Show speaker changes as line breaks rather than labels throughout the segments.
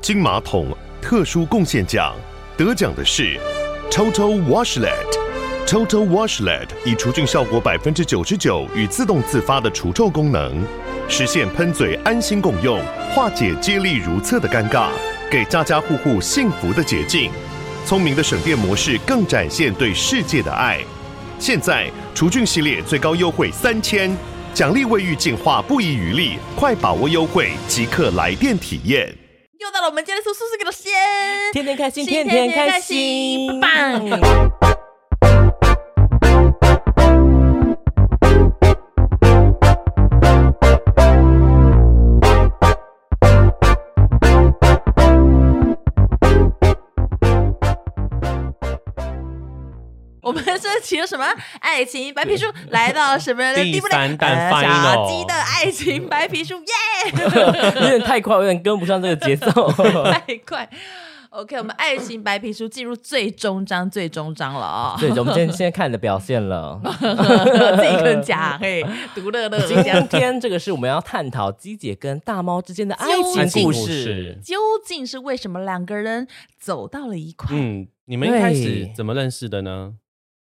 金马桶特殊贡献奖，得奖的是 Toto Washlet。Toto Washlet 以除菌效果百分之九十九与自动自发的除臭功能，实现喷嘴安心共用，化解接力如厕的尴尬，给家家户户幸福的捷径。聪明的省电模式更展现对世界的爱。现在除菌系列最高优惠三千，奖励卫浴净化不遗余力，快把握优惠，即刻来电体验。
又到了我们今天的苏苏这个的先，
天天开心，天天开心，
棒！我们这期的什 么爱情白皮书来到什么
第
不
三弹翻
傻
了
呃鸡的爱情白皮书耶，
有点太快，有点跟不上这个节奏。
太快。OK，我们爱情白皮书进入最终章，最终章了啊、
对，我们今天现在看你的表现了。
自己跟讲，嘿，独乐乐
今
嗯
讲，
天这个是我们要探讨鸡姐跟大猫之间的爱
爱
情
情
故
故
事。，
究竟是为什么两个人走到了一块？
嗯，你们一开始
对
怎么认识的呢？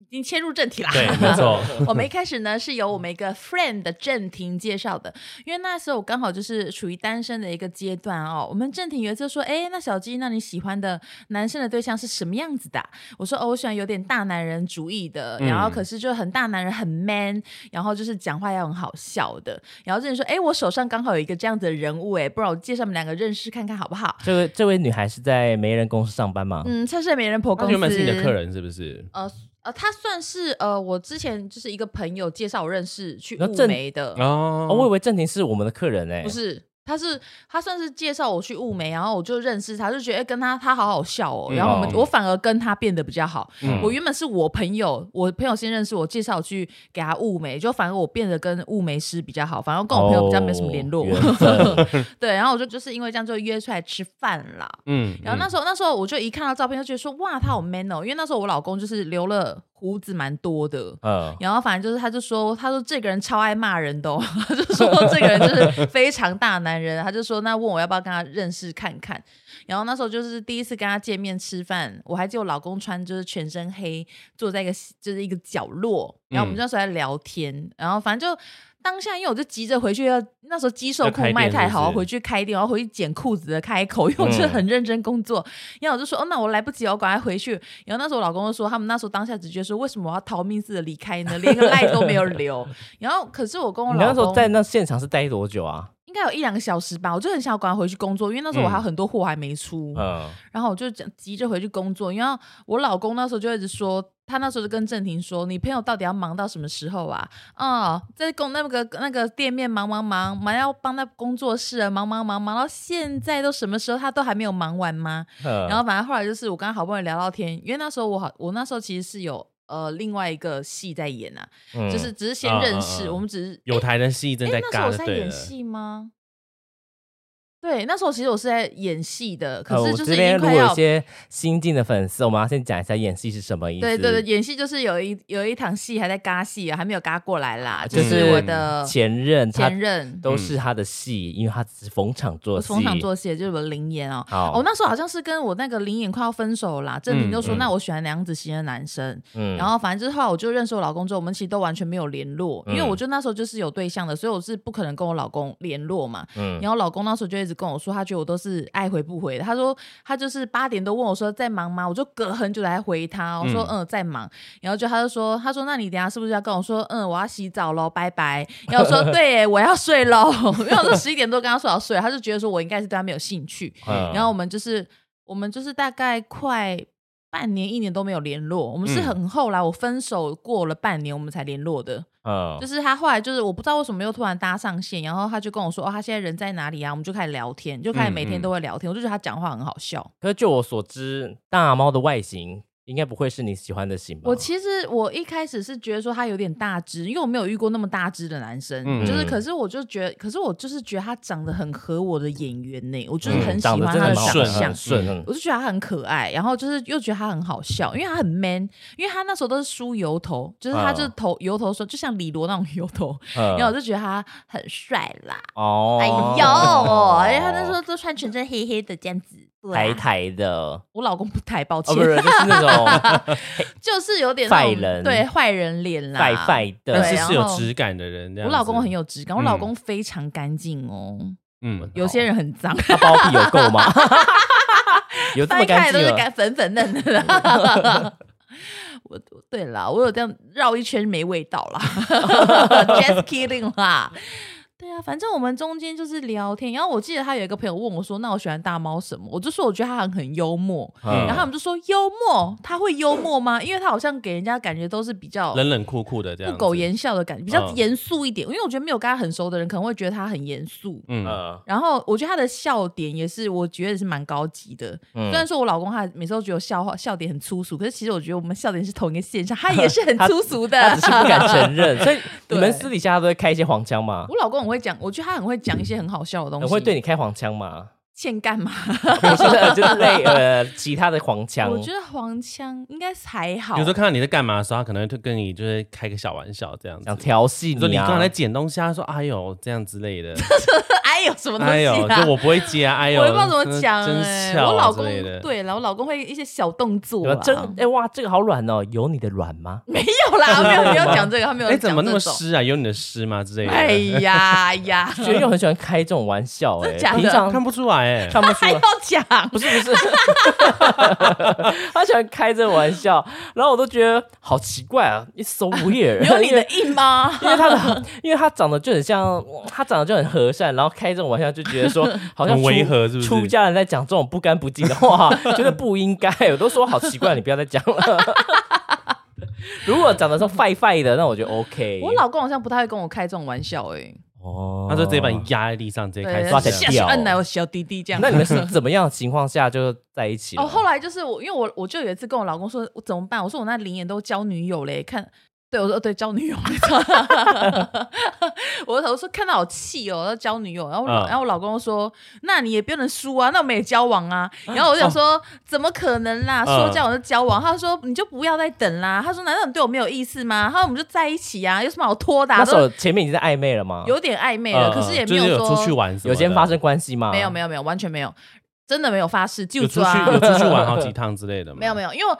已经切入正题啦。
对，没 错，
我们一开始呢是由我们一个 friend 的郑婷介绍的，因为那时候我刚好就是处于单身的一个阶段哦。我们郑婷有一次说：“哎，那小鸡，那你喜欢的男生的对象是什么样子的啊、我说：“哦，我喜欢有点大男人主义的，
嗯
然后可是就很大男人，很 man，然后就是讲话要很好笑的。”然后郑婷说：“哎，我手上刚好有一个这样子的人物，哎，不然我介绍你们两个认识看看好不好
这位这位女孩是在媒人公司上班吗？”？
嗯，趁是美人婆公
他
司
原本是你的客人是不是？
呃呃，他算是呃，我之前就是一个朋友介绍我认识去
那
雾
郑
眉的，
哦
哦，我以为郑婷是我们的客人哎、
啊
不是。他是他算是介绍我去雾眉，然后我就认识他，就觉得、诶跟他他好好笑哦，
嗯
然后我们、
哦
我反而跟他变得比较好。
嗯
我原本是我朋友，我朋友先认识我，介绍我去给他雾眉，就反而我变得跟雾眉师比较好，反而跟我朋友比较没什么联络。
哦缘 分
对，然后我就就是因为这样就约出来吃饭啦。
嗯
然后那时候，那时候我就一看到照片就觉得说，哇，他好 man 哦！因为那时候我老公就是留了胡子蛮多的，
嗯，
然后反正就是他就说，他说这个人超爱骂人的、哦， 他就说这个人就是非常大男人，他就说那问我要不要跟他认识看看。然后那时候就是第一次跟他见面吃饭，我还记得我老公穿就是全身黑，坐在一个就是一个角落，然后我们
嗯
那时候在聊天，然后反正就。当下，因为我就急着回去要，那时候肌瘦
要
裤
开店
卖太好，要
是不是嗯
回去开店，我要回去剪裤子的开口，因为我真的很认真工作。然后我就说，哦，那我来不及了，我赶快回去。然后那时候我老公就说，他们那时候当下直觉说，为什么我要逃命似的离开呢？连个赖都没有 留。然后可是我跟我
你那
老
时候在
公
那现场是待多久啊？
应该有一两个小时吧，我就很想赶快回去工作，因为那时候我还有很多货还没出。
嗯，
然后我就急着回去工作，因为我老公那时候就一直说，他那时候就跟郑婷说：“你朋友到底要忙到什么时候啊？哦，在工那个那个店面忙忙忙，忙要帮那工作室啊忙忙忙忙到现在都什么时候，他都还没有忙完吗？”
然
然后反正后来就是我跟他好不容易聊到天，因为那时候我好，我那时候其实是有呃另外一个戏在演啊，
嗯
就是只是先认识，
嗯嗯嗯
我们只是
有台的戏正
哎、
在
那时候
尬
我
就
在
对
演
了，
戏吗？对，那时候其实我是在演戏的，可
呃
是
我
就是
这
已经
边如
快
果有
要
一。些新进的粉丝，我们要先讲一下演戏是什么意思。
对对对，，演戏就是有一有一场戏还在嘎戏啊，还没有嘎过来啦，
就是
我的
前任他
前任，
嗯
都是他的戏，因为他只是逢场作
我
戏。
哦逢场作戏，就是我的林妍哦。
好，
哦，那时候好像是跟我那个林妍快要分手啦，郑婷就说、
嗯
那我喜欢梁子欣的男生，
嗯
然后反正就是后来我就认识我老公之后，我们其实都完全没有联络，因为
嗯
我就那时候就是有对象的，所以我是不可能跟我老公联络嘛。
嗯
然后老公那时候就一直跟我说，他觉得我都是爱回不回的。他说他就是八点多问我说在忙吗？我就隔很久才回他，我说嗯在忙。然后就他就说他说那你等一下是不是要跟我说嗯我要洗澡喽拜拜？然后我 说对耶我要睡喽， 因为我说十一点多跟他说要睡，他就觉得说我应该是对他没有兴趣。
嗯
然后我们就是我们就是大概快半年一年都没有联络，我们是
嗯
很后来我分手过了半年我们才联络的，
嗯
就，是他后来就是我不知道为什么又突然搭上线，然后他就跟我说哦他现在人在哪里啊，我们就开始聊天，就开
嗯
始每天都会聊天，我就觉得他讲话很好笑。
可是就我所知，大猫的外形应该不会是你喜欢的型吧？
我其实我一开始是觉得说他有点大只，因为我没有遇过那么大只的男生，
嗯
就是可是我就觉得，可是我就是觉得他长得很合我的眼缘呢、我就是
嗯
很喜
长
欢他
得真的
的
很
长
好
顺
相
很。顺，嗯
我就觉得他很可爱，然后就是又觉得他很好笑，因为他很 man，因为他那时候都是梳油头，就是他
嗯
就是头、油头说就像李罗那种油头，
嗯
然后我就觉得他很帅啦。哎
哦，
哎呦，哎，他那时候都穿全身黑黑的这样子，
台台 的，
我老公不太抱
哦，
歉，
不是，就是那种
就是有点那种
坏人
对坏人脸啦，
坏坏
对啊
但
的，
是是有
然后
质感的人。这样
我
子
老公很，有质感，我
嗯
老公非常干净哦。
嗯，
有些人很脏，
他包庇有够吗？ 有这么
掰开来
干
都
净
啊
是
了？
干粉粉嫩嫩的。 我对啦，我有这样绕一圈没味道啦 ，just kidding 啦。对啊，反正我们中间就是聊天，然后我记得他有一个朋友问我说：“那我喜欢大猫什么？”我就说我觉得他很很幽默，
嗯
然后他们就说：“幽默，他会幽默吗？因为他好像给人家感觉都是比较
冷冷酷酷的这样
不
子，
苟言笑的感觉，比较
嗯
严肃一点。因为我觉得没有跟他很熟的人可能会觉得他很严肃，
嗯，
然后我觉得他的笑点也是，我觉得是蛮高级的。
嗯
虽然说我老公他每次都觉得我笑话笑点很粗俗，可是其实我觉得我们笑点是同一个线上， 他也是很
他
粗俗的。
他只是不敢承认，所以你
对
们私底下都会开一些黄腔吗？
我老公很会讲，我觉得他很会讲一些很好笑的东西。
很会对你开黄腔吗？
欠干嘛？
就是就是类呃其他的黄腔，
我觉得黄腔应该还好。
哦有时候看到你在干嘛的时候，他可能就跟你就是开个小玩笑这样
想
子。
调戏
你说你
你啊。
刚才在捡东西啊，他说哎呦这样 之类的，
哎呦什么东
哎
西
呦，
啊？
就我不会接啊，哎呦，
我也不知道怎么讲
真
哎、
巧啊
我老公
之类的
对了，我老公会一些小动作
有
啊
啦
吧真哎、哇，这个好软哦，有你的软吗？
没有 啦，没有没有讲这个，他没有
哎，
讲这种。
怎么那么湿啊？有你的湿吗？之类的，
哎呀哎 呀，
学友很喜欢开这种玩笑、
真
哎，
假的
平常
看不出来哎，
看不出
还要
来。
讲
不是不是， 他喜欢开这个玩笑，然后我都觉得好奇怪啊，It's so weird。
有你的硬吗？
因为他的， 因为他长得就很像，他长得就很和善，然后开这种玩笑就觉得 说，好像
很
出
违和是不是
出家人在讲这种不干不净的话， 觉得不应该。我都说好奇怪，你不要再讲了。 如果长得说坏坏的，那我觉得 OK。
我老公好像不太会跟我开这种玩笑、欸，
哦
他说直接把你压在地上，直接开
对，
始
抓起来
讲
下
掉
按奶我小弟弟这样。
那你们是怎么样的情况下就在一起了？
哦，后来就是我，因为我我就有一次跟我老公说，我怎么办？我说我那灵眼都交女友嘞，看，对我说哦对交女友，没错 我我说看到好气哦，要交女友，然后我老、
嗯
然后我老公说，那你也不能输啊，那我们也交往啊。然后我就想说，怎么可能啦？说
嗯
交往就交往，他说你就不要再等啦。他说难道你对我没有意思吗？他说我们就在一起啊，有什么好拖的、啊？
那时
都
候前面已经在暧昧了吗？
有点暧昧了，
嗯
可是也
嗯
没
就有
说
出去玩什么
有
的，
先发生关系吗？
没有没有没有，完全没有，真的没有发誓，就
啊有出去
抓
有出去玩好几趟之类的吗？
没有没有，因为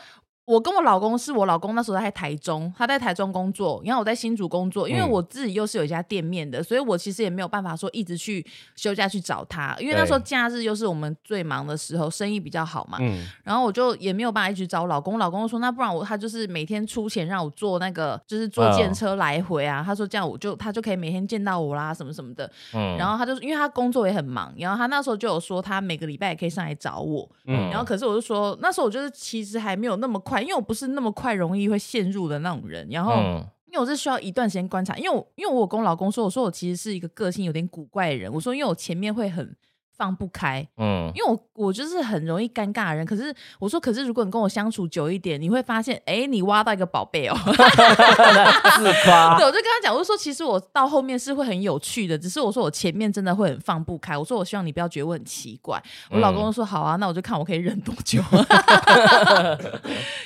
我跟我老公是我老公那时候在台中，他在台中工作，然后我在新竹工作，因为
嗯
我自己又是有一家店面的，所以我其实也没有办法说一直去休假去找他，因为那时候
对
假日又是我们最忙的时候，生意比较好嘛，
嗯，
然后我就也没有办法一直找我老公，我老公就说那不然我他就是每天出钱让我坐那个就是
嗯
坐电车来回啊，他说这样我就他就可以每天见到我啦什么什么的，
嗯
然后他就是因为他工作也很忙，然后他那时候就有说他每个礼拜也可以上来找我，
嗯
然后可是我就说那时候我就是其实还没有那么快，因为我不是那么快容易会陷入的那种人，然后。
嗯
因为我是需要一段时间观察，因为我因为我有跟我老公说，我说我其实是一个个性有点古怪的人，我说因为我前面会很放不开，
嗯
因为我我就是很容易尴尬的人。可是我说，可是如果你跟我相处久一点，你会发现，哎、你挖到一个宝贝哦。
自 夸
对，我就跟他讲，我就说其实我到后面是会很有趣的，只是我说我前面真的会很放不开。我说我希望你不要觉得我很奇怪。我老
嗯
公就说好啊，那我就看我可以忍多 久。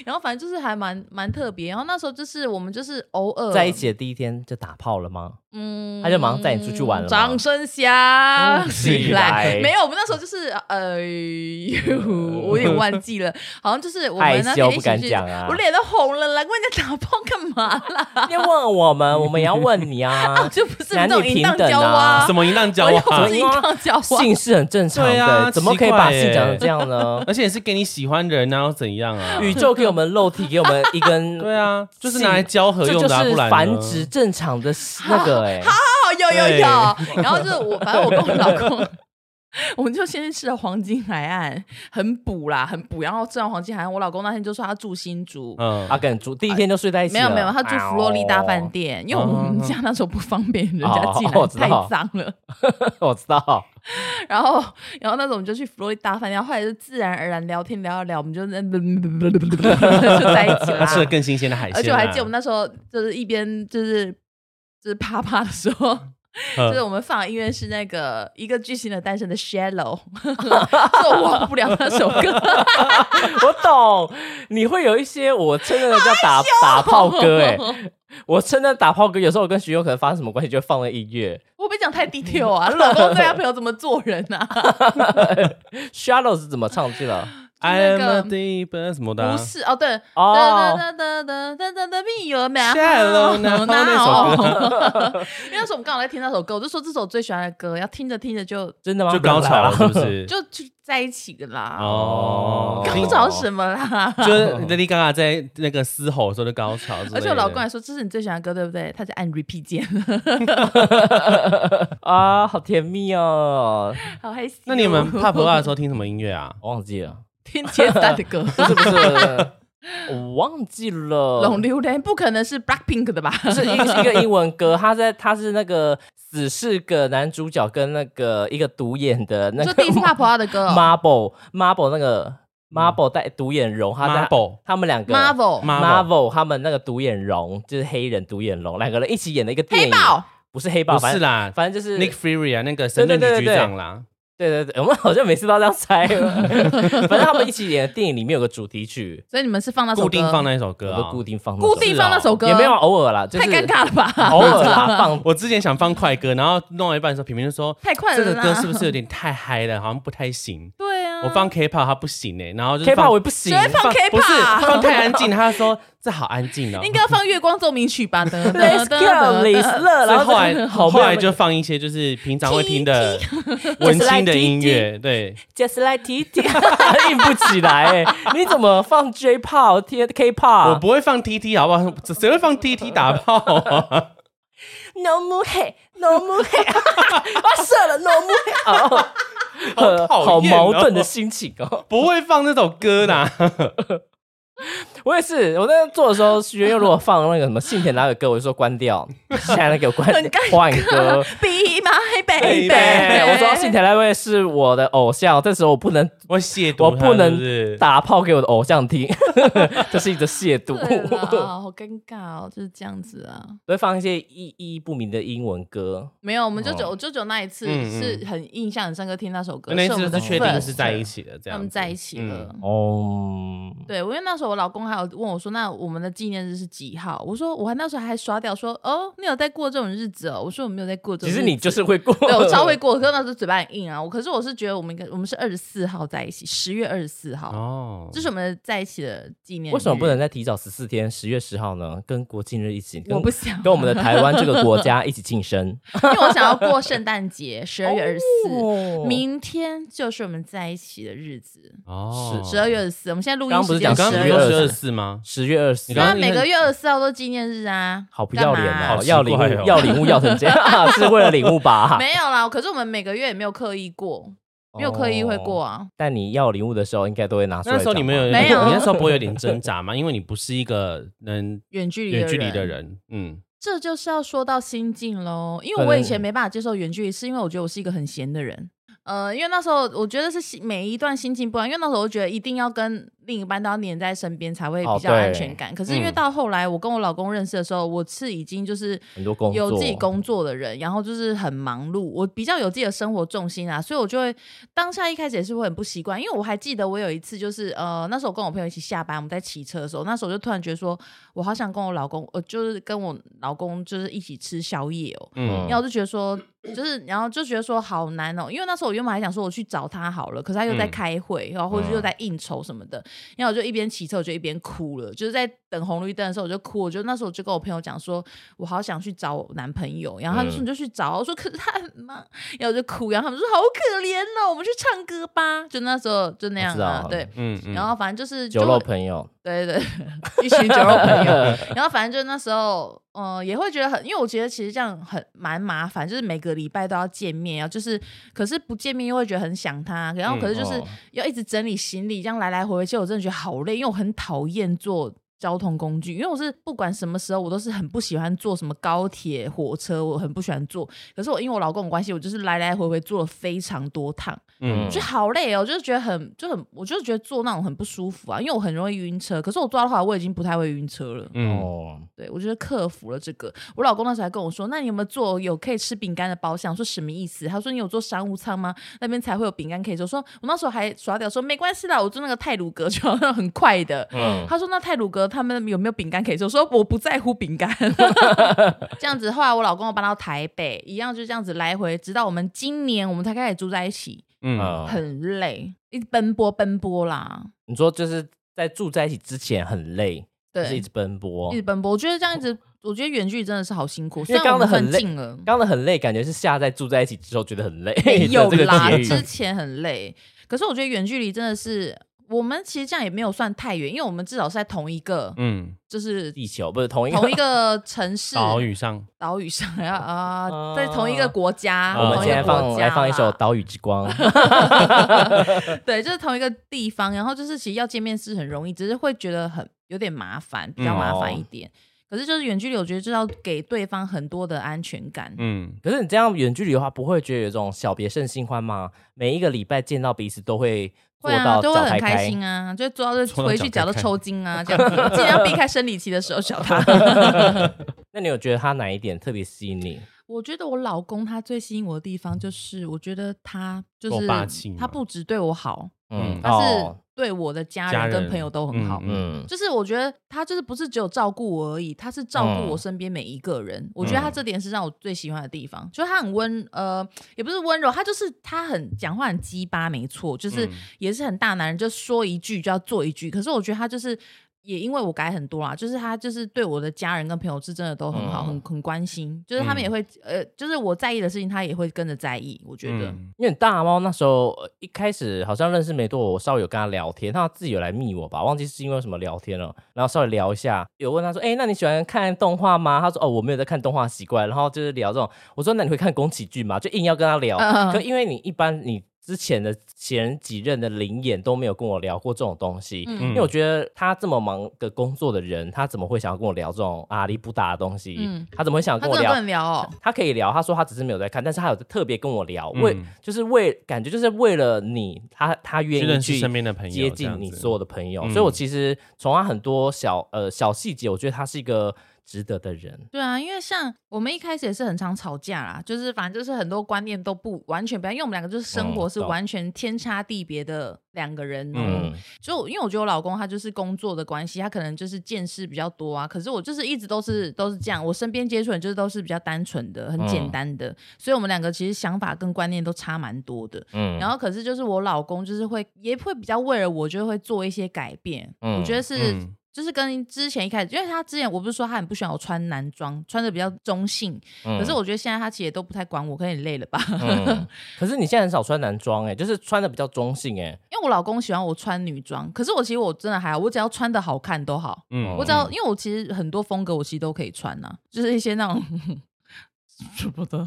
然后反正就是还蛮蛮特别。然后那时候就是我们就是偶尔
在一，起的第一天就打炮了吗？
嗯
他就马上带你出去玩了吗
掌声响
嗯
起
起
来
来！
没有，我们那时候就是呃， 我有点忘记了，好像就是我
害
们那天
羞
一起
不敢
去
讲啊
我脸都红了，来问人家打炮干嘛啦？。
别问我们，我们也要问你啊
就不是那
男
种
女
淫
平
荡
等
交
啊
啊，
什么淫荡交
我又
往
不是？淫荡交往。
性是很正常
对啊
的，怎么可以把
奇怪耶
性讲成这样 呢？
而且也是给你喜欢的人啊，然后怎样 啊？
宇宙给我们肉体，给我们一 根，
对啊，就是拿来交合
这
用
就
的啊，
是
不然呢
繁殖。正常的那 个哎，
哦，有有
对
有。然后就是我，反正我跟我老 公，我们就先去吃了黄金海岸，很补啦，很补。然后吃完黄金海岸，我老公那天就说他住新竹。
嗯
阿根猪第一天就睡在一起
没
了，啊
有没有，他住佛罗里达饭
店，
哎
店，因为我们家那时候不方便人家进
哦
来，
哦我知道
太脏了。
哦 我知道，
然后，然后那时候我们就去佛罗里达饭店，后来就自然而然聊天聊一聊，我们就那 就在一起
他吃了
啦。
更新鲜的海鲜啊，
而且我还记得我们那时候就是一边就是就是啪啪的时候，
嗯
就是我们放的音乐是那个一个巨星的诞生的 Shallow，所以我忘不了那首歌。
我懂，你会有一些我真的叫打打炮哥哎，我趁那打炮哥，有时候我跟徐友可能发生什么关系，就会放了音乐。
我被讲太 detail 啊，老公对他朋友怎么做人啊？
Shadow 是怎么唱去了？
那
I am
个
a deeper 什么的
不，
啊
是哦， 对，
哦
哒哒哒哒哒哒哒咪有没有？
Shallow Now 那
首歌，因为那时候我们刚好在听那首歌，我就说这是我最喜欢的歌，要听着听着就
真的吗？
就高潮 了，是不是？
就就在一起的啦。
哦，
高潮什么啦？
就是 Lady Gaga 在那个嘶吼的时候就高潮之类的，
而且我老公还说这是你最喜欢的歌，对不对？他就按 repeat 键，
啊，好甜蜜哦！
好害羞。
那你 们 pub 二的时候听什么音乐啊？
我忘记了，
听杰斯丹的歌？
不是不是，我忘记了，
龙榴莲不可能是 Blackpink 的吧？
是一是一个英文歌，他在他是那个死侍个男主角跟那个一个独眼的
你
那
说
个
第一次 Pop 二的歌哦
Marble Marble 那个 Marble 带独眼龙，他在
Marble
他们两个
Marvel
Marvel
Marvel 他们那个独眼龙就是黑人独眼龙，两个人一起演的一个电
黑
影，
豹
不是黑豹，
不
反
是
正
啦
反正就是
，Nick Fury 啊，那个神盾
对对对
局局
对
长啦。
对对对，我们好像每次都要这样猜，反正他们一起演的电影里面有个主题曲，
所以你们是放那首歌
固定放那一首
我
歌
都
啊。
固定放那首歌，
固定放那首歌，
也没有啊偶尔啦，就是
太尴尬了吧？
偶尔啦放。
我之前想放快歌，然后弄到一半的时候，平平就说
太快
这
了啦
个歌是不是有点太嗨了，好像不太行。
对啊，
我放 K-pop 它不行哎，然后就是
K-pop
放
我也不行
谁，会放 K-pop
不是放太安静，他说这好安静哦。
应该要放《月光奏鸣曲》吧？噔
Let's go，李斯乐，
所以
然
后
后
来
来好
后来
妙
就放一些就是平常会听的 文青的音乐，对，
Just like T T，硬不起来哎，你怎么放 J pop、T K
我
pop？
不会放 TT 好不好？谁谁会放 TT 打 炮啊？
No m o h e No m o h e 我射了 No m o h e 哦，
好讨厌哦
好矛盾的心情哦。
不会放这首歌啦。
我也是，我在做的时候，学员又如果放那个什么信田来的歌，我就说关掉，现在给我关
很尴尬
换歌。
Be my baby，
Baby
对，我说信田来未是我的偶像，这时候我不能
我亵渎他，
我不能
是是
打炮给我的偶像听， 这是一个亵渎。
对啦好尴尬哦，就是这样子啊。
都会放一些意意义不明的英文歌。
没有，我们就只
哦
我就只有那一次
嗯嗯
是很印象很深刻，听那首歌，
那
是我
次
们的
是确定
first
是在一，起的，这
他
样
们
子
在一起了
嗯。
哦，
对，我因为那时候我老公还有问我说，那我们的纪念日是几号？我说我还那时候还刷掉说，哦，你有在过这种日子哦？我说我没有在过这
其
种日子。
实你就是会过，
对我超 会过，可是那时候嘴巴很硬啊。我可是我是觉得我们应该我们是二十四号在一起，十月二十四号，
哦
这。是我们在一起的纪念。
为什么不能？再提早十四天，十月十号呢？跟国庆日一起，跟
我不想，
跟我们的台湾这个国家一起庆生。
因为我想要过圣诞节， 十二月二十四。
哦
明天就是我们在一起的日子，
哦
十二月二十四。我们现在录
刚
音
刚不
时
是
间
讲
你
十
刚刚
二
不
月二
是说十
十
二
四，
四吗？
十月二十四
你刚，
那
刚
每个月二十四号都纪念日啊，
好不要
干
脸哦
嘛！
好奇怪
要
哦
领悟，要领悟，要 成这样，是为了领悟吧？
没有啦，可是我们每个月也没有刻意过，没有刻意会过
哦。
啊。
但你要领悟的时候，应该都会拿出来讲吧。
那时候你们有
没有
你那时候不会有点挣扎吗？因为你不是一个能
远 距离
远距离的，人，嗯，
这就是要说到心境喽。因为
可
我以
能
前没办法接受远距离，是因为我觉得我是一个很闲的人。呃，因为那时候我觉得是心每一段心情不一样，因为那时候我觉得一定要跟另一半都要黏在身边才会
哦
比较有安
对
全感。可是因为
嗯
到后来我跟我老公认识的时候，我是已经就是
很多工作
有自己工作的人，然后就是很忙碌，我比较有自己的生活重心啊，所以我就会当下一开始也是会很不习惯，因为我还记得我有一次就是呃那时候我跟我朋友一起下班，我们在骑车的时候，那时候我就突然觉得说我好想跟我老公，呃就是跟我老公就是一起吃宵夜哦，
嗯
然后我就觉得说，就是然后就觉得说好难哦，因为那时候我原本还想说我去找他好了，可是他又在
嗯
开会，然后或者是又
嗯
在应酬什么的，然后我就一边骑车我就一边哭了，就是在等红绿灯的时候我就哭，我就那时候我就跟我朋友讲说，我好想去找我男朋友，然后他就说
嗯
你就去找啊，我说可是他很忙，然后我就哭，然后他们说好可怜哦，我们去唱歌吧，就那时候就那样啊
我知道，
对。
嗯嗯，
然后反正就是
酒
就
肉
会
朋友，
对 对，对一群酒肉朋友。然后反正就那时候，呃，也会觉得很，因为我觉得其实这样很蛮麻烦，就是每个礼拜都要见面，然后就是，可是不见面又会觉得很想他，然后
嗯
可是就是
哦
要一直整理行李，这样来来回回，其实我真的觉得好累，因为我很讨厌坐。交通工具，因为我是不管什么时候，我都是很不喜欢坐什么高铁、火车，我很不喜欢坐。可是我因为我老公的关系，我就是来来回回坐了非常多趟，
嗯
嗯
就好累哦，我就是觉得很就很，我就是觉得坐那种很不舒服啊，因为我很容易晕车。可是我坐到后来，我已经不太会晕车了。
嗯，
哦，
对我就是克服了这个。我老公那时候还跟我说：“那你有没有做有可以吃饼干的包厢？”我说什么意思？他说：“你有做商务舱吗？那边才会有饼干可以做。”说我那时候还耍屌说：“没关系啦，我做那个泰鲁格就好，那种很快的。
嗯，
他说：“那泰鲁格他们有没有饼干可以吃？我说我不在乎饼干。 这样子，后来我老公又搬到台北，一样就这样子来回，直到我们今年我们才开始住在一起，
嗯，
嗯，
很累，一直奔波奔波啦，
你说就是在住在一起之前很累，就是
对
一，直奔波
一直。奔波。我觉得这样子，我觉得远距离真的是好辛苦，
因
虽
为
然我
刚刚
们
的很
很
累
近了。
刚刚的很累，感觉是下在住在一起之后觉得很累。
没有
这个
啦，
结语
之前很累。可是我觉得远距离真的是，我们其实这样也没有算太远，因为我们至少是在同一个，
嗯，
就是
地球不是同一个
同一个城市
岛屿上，
岛屿上，然后啊，
啊
在同一个国家，
我们
同一
现在
个
放
国家
来
啦
放一首《岛屿之光》，
对，就是同一个地方，然后就是其实要见面是很容易，只是会觉得很有点麻烦，比较
嗯
麻
哦
烦一点。可是就是远距离，我觉得就是要给对方很多的安全感。
嗯，
可是你这样远距离的话，不会觉得有一种小别胜新欢吗？每一个礼拜见到彼此都会做
会啊，
到
都
脚
会很
开
开
开，
心啊，就做到就
做到
回去
脚开
脚都
开
抽筋 啊，这样子尽量避开生理期的时候找他。
那你有觉得他哪一点特别吸引你？
我觉得我老公他最吸引我的地方就是，我觉得他就
够
是
霸气
他
嘛
不只对我好，
嗯
嗯，
他是
哦，
对我的家
家
人跟
人
朋友都很
嗯
好。
嗯，
就是我觉得他就是不是只有照顾我而已，他是照顾我
嗯
身边每一个人。我觉得他
嗯
这点是让我最喜欢的地方，就是他很温呃，也不是温柔，他就是他很讲话很鸡巴，没错，就是
嗯
也是很大男人，就说一句就要做一句。可是我觉得他就是。也因为我改很多啦，就是他就是对我的家人跟朋友是真的都很好，
嗯
很很关心，就是他们也会、呃，就是我在意的事情，他也会跟着在意。我觉得、
嗯
因为大猫那时候呃一开始好像认识没多久，我稍微有跟他聊天，他自己有来密我吧，忘记是因为什么聊天了，然后稍微聊一下，有问他说，哎、那你喜欢看动画吗？他说，哦，我没有在看动画习惯，然后就是聊这种，我说那你会看宫崎骏吗？就硬要跟他聊，
嗯嗯
可因为你一般你之前的前几任的灵眼都没有跟我聊过这种东西，
嗯
因为我觉得他这么忙的工作的人，他怎么会想要跟我聊这种阿里不达的东西？
嗯
他怎么会想要
他
跟
真的
我聊
不能聊哦，
他可以聊，他说他只是没有在看，但是他有特别跟我聊，
嗯
为就是为感觉就是为了你，他他
去
愿意
认识
去
身边的朋友，
接
这
近
样
你
子
所有的朋友，
嗯
所以我其实从他很多小呃小细节，我觉得他是一个值得的人。
对啊，因为像我们一开始也是很常吵架啦，就是反正就是很多观念都不完全不一样，因为我们两个就是生活
嗯
是
懂
完全天差地别的两个人、
嗯
嗯，就因为我觉得我老公他就是工作的关系，他可能就是见识比较多啊，可是我就是一直都是都是这样，我身边接触的人就是都是比较单纯的、很
嗯
简单的，所以我们两个其实想法跟观念都差蛮多的。
嗯
然后可是就是我老公就是会也会比较为了我就会做一些改变，
嗯
我觉得是、
嗯
就是跟之前一开始，因为他之前我不是说他很不喜欢我穿男装，穿的比较中性，可是我觉得现在他其实也都不太管我，可能也累了吧，
嗯可是你现在很少穿男装哎、就是穿的比较中性哎、。
因为我老公喜欢我穿女装，可是我其实我真的还好，我只要穿的好看都好，
嗯
我只要因为我其实很多风格我其实都可以穿呐、就是一些那种什么 的，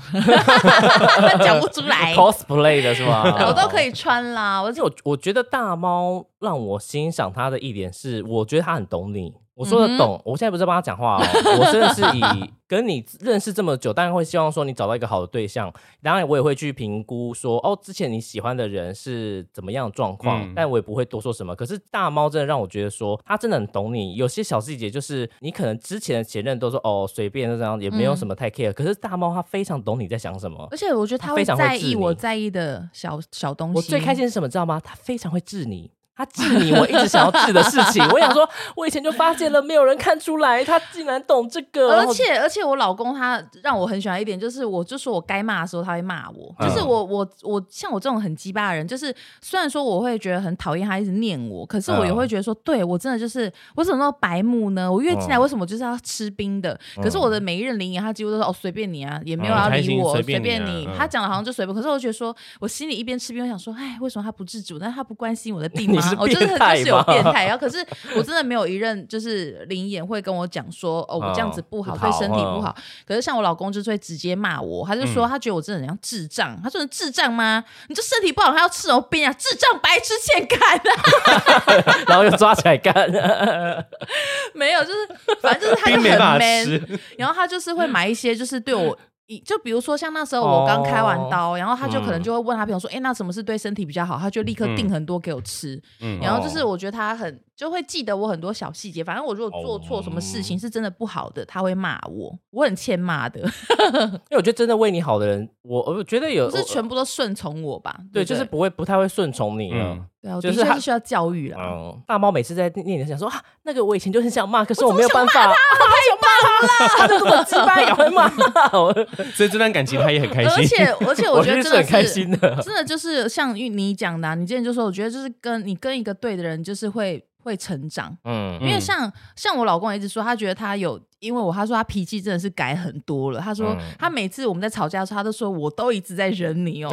讲不出来
cosplay 的是吗？
我都可以穿啦，我
而且我我觉得大猫让我欣赏他的一点是，我觉得他很懂你。我说的懂，我现在不是在帮他讲话哦，我真的是以跟你认识这么久，当然会希望说你找到一个好的对象，当然我也会去评估说，哦，之前你喜欢的人是怎么样的状况，
嗯
但我也不会多说什么。可是大猫真的让我觉得说，他真的很懂你，有些小细节就是你可能之前的前任都说哦随便就这样，也没有
嗯
什么太 care，、可是大猫他非常懂你在想什么。
而且我觉得他
他非
会
常会
在
治
意
你
我在意的小小东西。
我最开心是什么，知道吗？他非常会治你，他治你我一直想要治的事情。 我想说，我以前就发现了，没有人看出来，他竟然懂这个。然
而
后
且而且我老公他让我很喜欢一点，就是我就说我该骂的时候他会骂我，
嗯
就是我我我像我这种很鸡巴的人，就是虽然说我会觉得很讨厌他一直念我，可是我也
嗯
会觉得说，对我真的就是我怎么那么白目呢？我月经来
嗯
为什么就是要吃冰的？可是我的每一任领养他几乎都是哦随便你啊，也没有
嗯
要
开
理
心
我，
随
随
便
便
你啊
你
嗯。
他讲的好像就随便，可是我觉得说我心里一边吃冰，我想说，哎，为什么他不自主？但他不关心我的病
你
吗
是？
我就是
变态
就是有
吗
变态。然后可是我真的没有一任就是灵眼会跟我讲说，哦，我这样子不好，
嗯
对身体不好。可是像我老公就是会直接骂我，他就
嗯
说他觉得我真的很像智障，他说你智障吗？你这身体不好还要吃什么冰啊？智障白痴欠干啊！
然后又抓起来干。
没有，就是反正就是他就
冰没
很
办法吃
man，然后他就是会买一些就是对我一就比如说像那时候我刚开完
哦
刀，然后他就可能
嗯
就会问他朋友说：“哎、那什么是对身体比较好？”他就立刻订很多给我吃。
嗯
然后就是我觉得他很就会记得我很多小细节，反正我如果做错什么事
哦
情是真的不好的，他会骂我，我很欠骂的，
因为我觉得真的为你好的人，我呃我觉得有
不是全部都顺从我吧？
对，
对，
就是不会不太会顺从你了。
嗯
对啊，我
就
的
是
确
他
是需要教育啦。
嗯，大猫每次在念的想说啊，那个我以前就是想骂，可是我没有办法，他就骂他啦，他就这么鸡巴，赶快骂。
所以这段感情他也很开
而且
心。
而 且我觉得
觉
真
得是
的
很
是
开心的。
真的就是像你讲的啊、你之前就说，我觉得就是跟你跟一个对的人，就是会会成长。
嗯
因为
嗯
像像我老公也一直说，他觉得他有，因为我他说他脾气真的是改很多了。他说、
嗯
他每次我们在吵架的时候，他都说我都一直在忍你哦。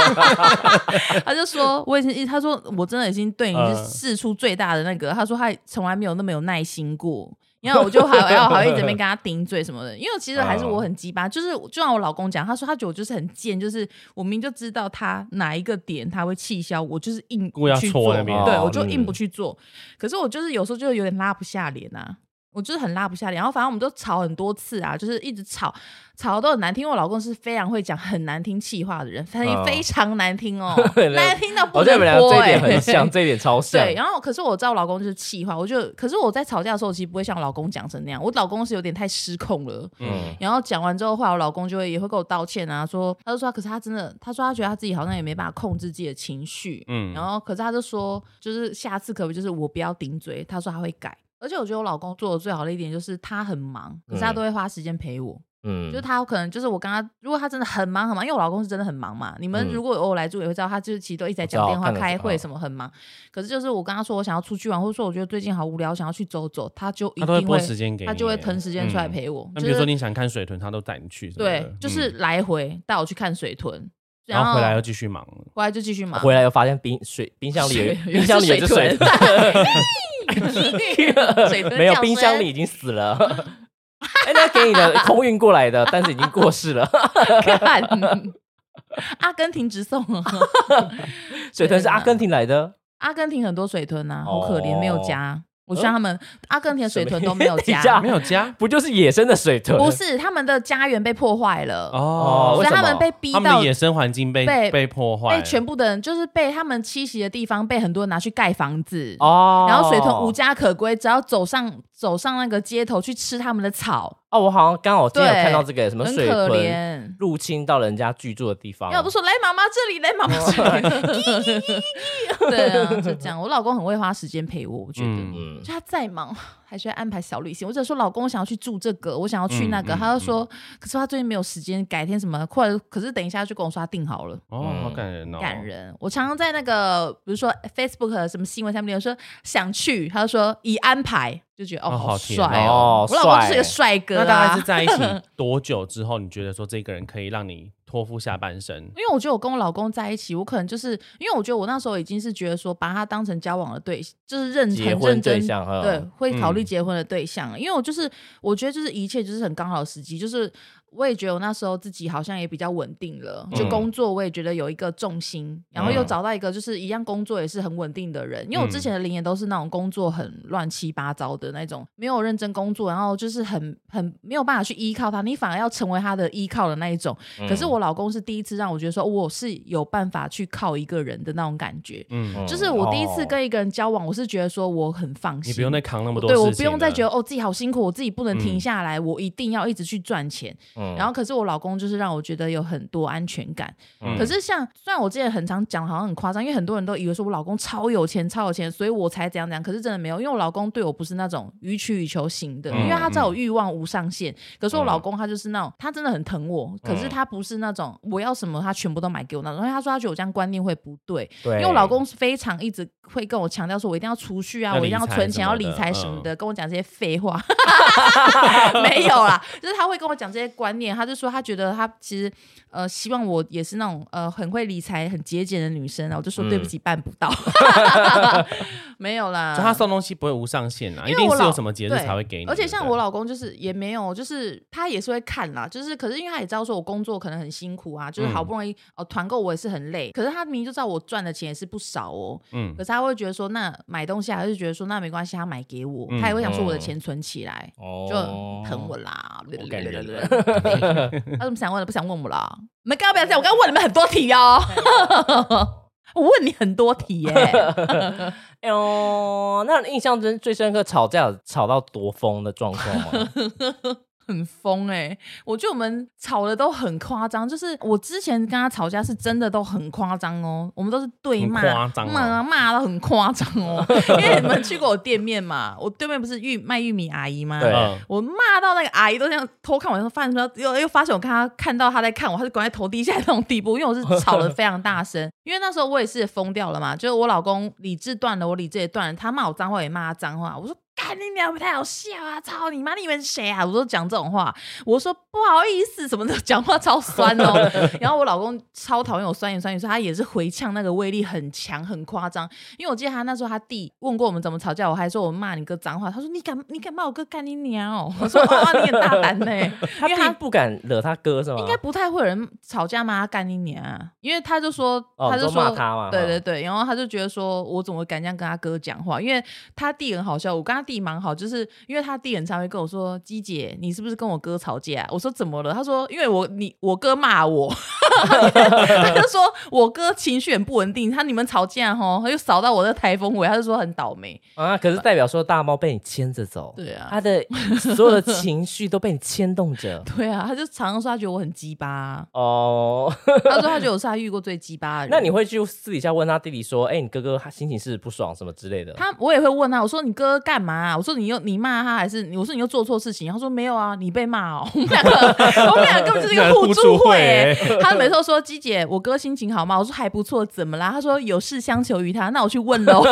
他就说我已经，他说我真的已经对你
嗯
是试出最大的那个。他说他从来没有那么有耐心过。然后我就还要还会一直没跟他顶嘴什么的，因为其实还是
嗯
我很鸡巴，就是就像我老公讲，他说他觉得我就是很贱，就是我明明就知道他哪一个点他会气消，我就是硬
故意要
去
戳
做
那边
对
哦
我就硬
嗯
不去做。可是我就是有时候就有点拉不下脸啊，我就是很拉不下脸。然后反正我们都吵很多次啊，就是一直吵，吵到很难听。因为我老公是非常会讲很难听气话的人，非
哦
非常难听哦
对，
难听到不
我觉得
能
你们俩
播、
这一
欸。
点 很像，这一点超像。
对，然后可是我知道我老公就是气话，我就可是我在吵架的时候，我其实不会像我老公讲成那样，我老公是有点太失控了。
嗯，
然后讲完之后，后来我老公就会也会跟我道歉啊，说他就说他可是他真的，他说他觉得他自己好像也没办法控制自己的情绪，
嗯
嗯，然后可是他就说，就是下次可不可以就是我不要顶嘴，他说他会改。而且我觉得我老公做的最好的一点就是他很忙，可是他
嗯
都会花时间陪我。
嗯
就是他可能就是我跟他，如果他真的很忙很忙，因为我老公是真的很忙嘛。你们
嗯
如果有偶尔来住也会知道，他就是其实都一直在
我
讲
知道
电话、
看得出
开会
嗯
什么很忙。可是就是我跟他说我想要出去玩，或者说我觉得最近好无聊，想要去走走，他就一
他都会
定
拨
会
时间给你，嗯
他就会腾时间出来陪我。
那
就
比如说
是
你想看水豚，他都带你去什么的。
对，就是
嗯
来回带我去看水豚，
然
后
后回来又继续忙了。
回来就继续忙。
回来又发现冰水冰箱里有
水
冰箱里有
有
只
只
水
水
豚，
水豚
没有
叫
冰箱
声
里已经死了。 哎，那给你的空运过来的，但是已经过世 了。
看。 阿根廷直送啊，
水豚是阿根廷来的，
阿根廷很多水豚啊，好可怜，
哦
没有家。我希望他们阿根廷的水豚都没有
什
家
么意思，啊
没有家
不就是野生的水豚？
不是他们的家园被破坏了，
哦，
所
为
以
什
他
么
们被逼
他们
到
的野生环境被
被
被破坏，
被全部的人就是被他们栖息的地方被很多人拿去盖房子，
哦。
然后水豚无家可归，只要走上走上那个街头去吃他们的草，
哦，我好像刚好今天有
对
看到这个什么
很
水
可
豚
怜。
入侵到人家居住的地方。
要不说来妈妈这里，来妈妈这里， 对啊，就这样。我老公很会花时间陪我，我觉得。
嗯，
嗯，
就他再忙，还是会安排小旅行。我只说老公我想要去住这个，我想要去那个，
嗯嗯
他就说，可是他最近没有时间，改天什么，或者可是等一下就跟我说他订好了。
哦，
嗯
好感人哦，
感。人，啊我常常在那个，比如说 Facebook 的什么新闻下面留言说想去，他就说已安排，就觉得哦
哦
好
好甜
帅
哦
哦，我老公
帅
是个帅哥
那大概
啊
是，在一起多久之后，你觉得说这个人可以让你托付下 半生？
因为我觉得我跟我老公在一起，我可能就是因为我觉得我那时候已经是觉得说把他当成交往的对，就是认
结
很
婚
认
对
真
象哈，
对，会考虑
嗯
结婚的对象，因为我就是我觉得就是一切就是很刚好的时机，就是我也觉得我那时候自己好像也比较稳定了，就
嗯
工作我也觉得有一个重心，然后又
嗯
找到一个就是一样工作也是很稳定的人，因为我之
嗯
前的零也都是那种工作很乱七八糟的那种，没有认真工作，然后就是很很没有办法去依靠他，你反而要成为他的依靠的那一种。可是我老公是第一次让我觉得说哦我是有办法去靠一个人的那种感觉。
嗯，
嗯
就是我第一次
哦
跟一个人交往，我是觉得说我很放心，
你不用再扛那么多
对
事情
我
了，
不用再觉得哦自己好辛苦，我自己不能停
嗯
下来，我一定要一直去赚钱。
嗯
然后可是我老公就是让我觉得有很多安全感。
嗯
可是像虽然我之前很常讲，好像很夸张，因为很多人都以为说我老公超有钱，超有钱，所以我才怎样怎样。可是真的没有，因为我老公对我不是那种予取予求型的，
嗯
因为他知道我欲望无上限。可是我老公他就是那种，他真的很疼我，可
嗯
是他不是那种我要什么他全部都买给我那种。因为他说他觉得我这样观念会不对，
对，
因为我老公是非常一直会跟我强调说，我一定要储蓄啊，
要
我一定要
理财
存钱，
什
要
么的嗯
理财什么的，跟我讲这些废 话，没有啦，就是他会跟我讲这些观念，他就说他觉得他其实呃希望我也是 那种呃很会理财、很节俭的女生啊，我就说
嗯
对不起，办不到，没有啦，
就他送东西不会无上限啊啦，一
因为
定
我
是
老
有什么节日
对
才会给你。
而且像
对
我老公就是也没有，就是他也是会看啦，就是可是因为他也知道说我工作可能很辛苦啊，就是好不容易、哦团购我也是很累，可是他明明就知道我赚的钱也是不少哦，
嗯
可是他会觉得说那买东西还是觉得说那没关系，他买给我，
嗯
他也会想说我的钱存起来。
哦
就疼我啦，对
感人了
他怎么想问了不想问我啦？你们刚刚不要这样，我刚刚问你们很多题哦， 我问你很多题耶、
哎呦，那你印象中最深刻吵架吵到多疯的状况吗？
很疯哎、我觉得我们吵的都很夸张，就是我之前跟他吵架是真的都很夸张哦，我们都是对骂，
很夸张哦
骂啊骂到很夸张 哦。因为你们去过我店面嘛，我对面不是玉卖玉米阿姨吗？
对
嗯
我骂到那个阿姨都这样偷看我，然后发现说又又发现我看她看到她在看我，她就赶快头低下来那种地步，因为我是吵得非常大声， 因为那时候我也是疯掉了嘛，就是我老公理智断了，我理智也断了，他骂我脏话我也骂他脏话，我说。干你娘！太好笑啊！操你妈！你以为是谁啊？我都讲这种话，我说不好意思什么的，讲话超酸哦。 然后我老公超讨厌我酸言酸语，所以他也是回呛那个威力很强很夸张。因为我记得他那时候他弟问过我们怎么吵架，我还说我骂你哥脏话，他说你敢你敢骂我哥干你娘哦！我说哇、你很大胆呢、
他
因为
弟
他
不敢惹他哥是吗？
应该不太会有人吵架骂他干你娘啊，因为他就说
哦
他就
都
说、
骂他嘛嗯
对
哈
对对，然后他就觉得说我怎么敢这样跟他哥讲话，因为他弟很好笑，我跟他弟蛮好，就是因为他弟很常会跟我说鸡姐你是不是跟我哥吵架啊、我说怎么了？他说因为我你我哥骂我， 他就说我哥情绪很不稳定，他你们吵架吼，他就扫到我的台风尾，他就说很倒霉，
啊，可是代表说大猫被你牵着走，
对啊
他的所有的情绪都被你牵动着。
对啊，他就常常说他觉得我很鸡巴啊，
哦，
他说他觉得我是他遇过最鸡巴的人。
那你会去私底下问他弟弟说：“哎、你哥哥他心情是不是不爽什么之类的
他我也会问啊他，我说你哥干嘛、啊我说你又你骂他还是你我说你又做错事情？他说没有啊，你被骂哦。 我们 两个我们两个根本就是一个互助会、欸。他每次都说鸡姐，我哥心情好吗？我说还不错，怎么啦？他说有事相求于他，那我去问 喽。？”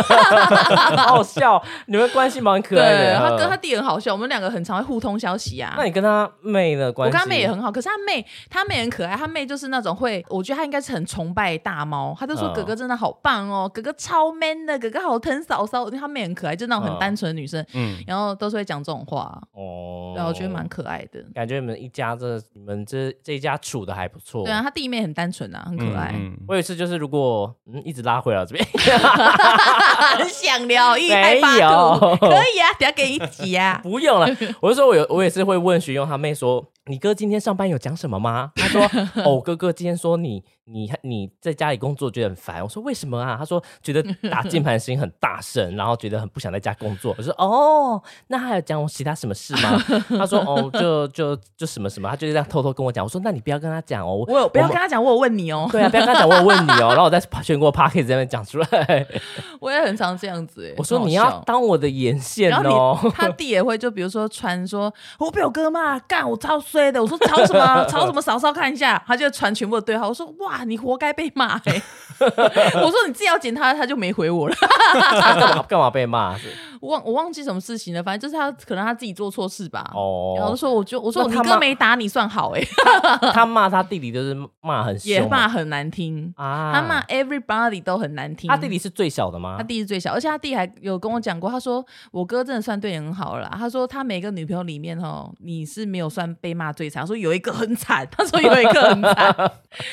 好好笑，你们关系蛮可爱
对
的。
他
嗯
哥他弟很好笑，我们两个很常会互通消息啊
那。你跟他妹的
我
关
跟
系？
他妹也很好，可是他妹，他妹很可爱，他妹就是那种会，我觉得他应该是很崇拜大猫，他就说
嗯
哥哥真的好棒哦，哥哥超 man 的，哥哥好疼嫂嫂，因为他妹很可爱，就那种很
嗯
单纯的女生，
嗯，
然后都是会讲这种话，
哦，
对啊，我觉得蛮可爱的。
感觉你们一家这你们这这一家处的还不错。
对啊，他弟妹很单纯啊，很可爱，
嗯嗯
我有一次就是，如果嗯一直拉回来这边，
啊很想聊一拍
没
八度，
有。
可以啊，等下给你挤啊
不用了。 我就说我有，我也是会问徐勇他妹说：“你哥今天上班有讲什么吗？”他 说：“哦，我哥哥今天说你你你在家里工作觉得很烦。”我说：“为什么啊？”他说：“觉得打键盘声音很大声，然后觉得很不想在家工作。”我说：“哦，那还有讲我其他什么事吗？” 他说：“哦，就就就什么什么。”他就这样偷偷跟我讲。我说：“那你不要跟他讲哦。”
我有不要
们
跟他讲，我有问你哦，
对啊，不要跟他讲，我有问你哦，然后我在全国 p a r k 这边讲出 来，
我也很常这样子欸。
我
哎
说
很好
你要
笑
当我的眼线
然
哦
后。你他弟也会，就比如说传说我被我哥骂，干我超衰的。我说吵什 么吵什么，嫂嫂看一下，他就传全部的对话。我说哇，你活该被骂 欸我说你自己要检他，他就没回我了。
他 干嘛干嘛被骂？是
我忘我忘记什么事情了，反正就是他可能他自己做错事吧。然后
哦，
说我就我说
那
你
他
哥
骂
没打你算好 哎、
他骂他弟弟就是骂很凶
也
啊，
骂很难听，
啊，
他骂 everybody 都很难听。
他弟弟是最小的吗
他？弟是最小，而且他弟还有跟我讲过，他说我哥真的算对你很好了啦。他说他每个女朋友里面哦，你是没有算被骂最惨，他说有一个很惨，他说有一个很惨。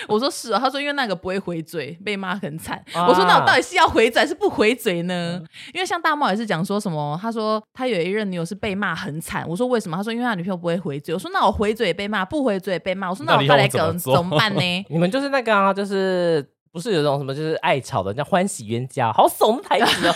我说是哦，他说因为那个不会回嘴，被骂很惨。
啊？
我说那我到底是要回嘴还是不回嘴呢？
嗯
因为像大猫也是讲说什么，他说他有一任女友是被骂很惨，我说为什么？他说因为他女朋友不会回嘴。我说那我回嘴也被骂，不回嘴也被骂，我说那
到
我
底
再
要
来
我怎么
梗
做
怎么办呢
你们就是那个啊，就是。不是有种什么就是爱吵的，叫欢喜冤家，好怂的 台词哦。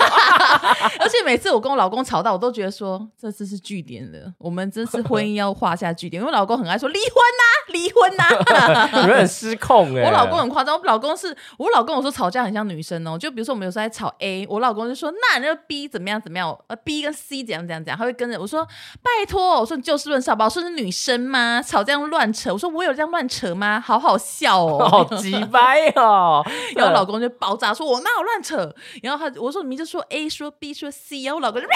而且每次我跟我老公吵到，我都觉得说这次是据点了，我们这次婚姻要画下据点。因为我老公很爱说离婚呐、离婚呐、
你们很失控哎、
我老公很夸张，我老公是我老公，我说吵架很像女生哦，就比如说我们有时候在吵 A，我老公就说那那 B 怎么样怎么样，呃 B 跟 C 怎样怎样怎样，他会跟着我说拜托，我说你就事论事好吧，我说是女生吗？吵这样乱扯，我说我有这样乱扯吗？好好笑哦，
好鸡掰哦。
然后我老公就爆炸，说我哪有乱扯？然后他我说你明明就说 A 说 B 说 C，然后我老公就啊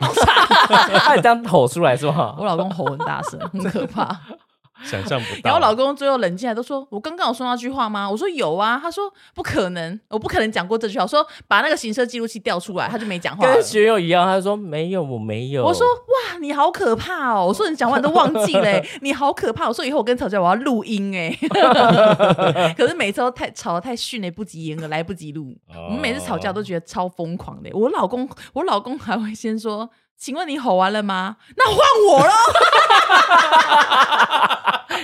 爆炸。
他这样吼出来是吗？
我老公吼很大声，很可怕。
嗯想象不到。
然后我老公最后冷静来都说：“我刚刚有说那句话吗？”我说：“有啊。”他说：“不可能，我不可能讲过这句话。”我说：“把那个行车记录器调出来。”他就没讲话了
跟。学友一样，他说没有，我没有。
我说：“哇，你好可怕哦！”我说：“你讲话你都忘记嘞、你好可怕！”我说：“以后我跟吵架我要录音哎、 可是每次都太吵得太训嘞，不及严格，来不及录。我们每次吵架都觉得超疯狂的、欸我老公，我老公还会先说：“请问你吼完了吗？”那换我喽。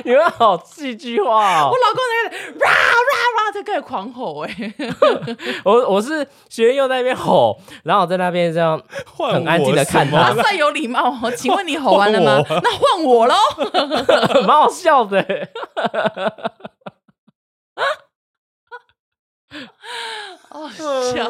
你们好戏剧化哦
我！老公在那边哇哇哇，在开始狂吼哎、
我我是学友在那边吼，然后我在那边这样
换
很安静的看
我
他
什么
算有礼貌哦。请问你吼完了吗？那换我喽。
蛮好笑的。
哦， 笑。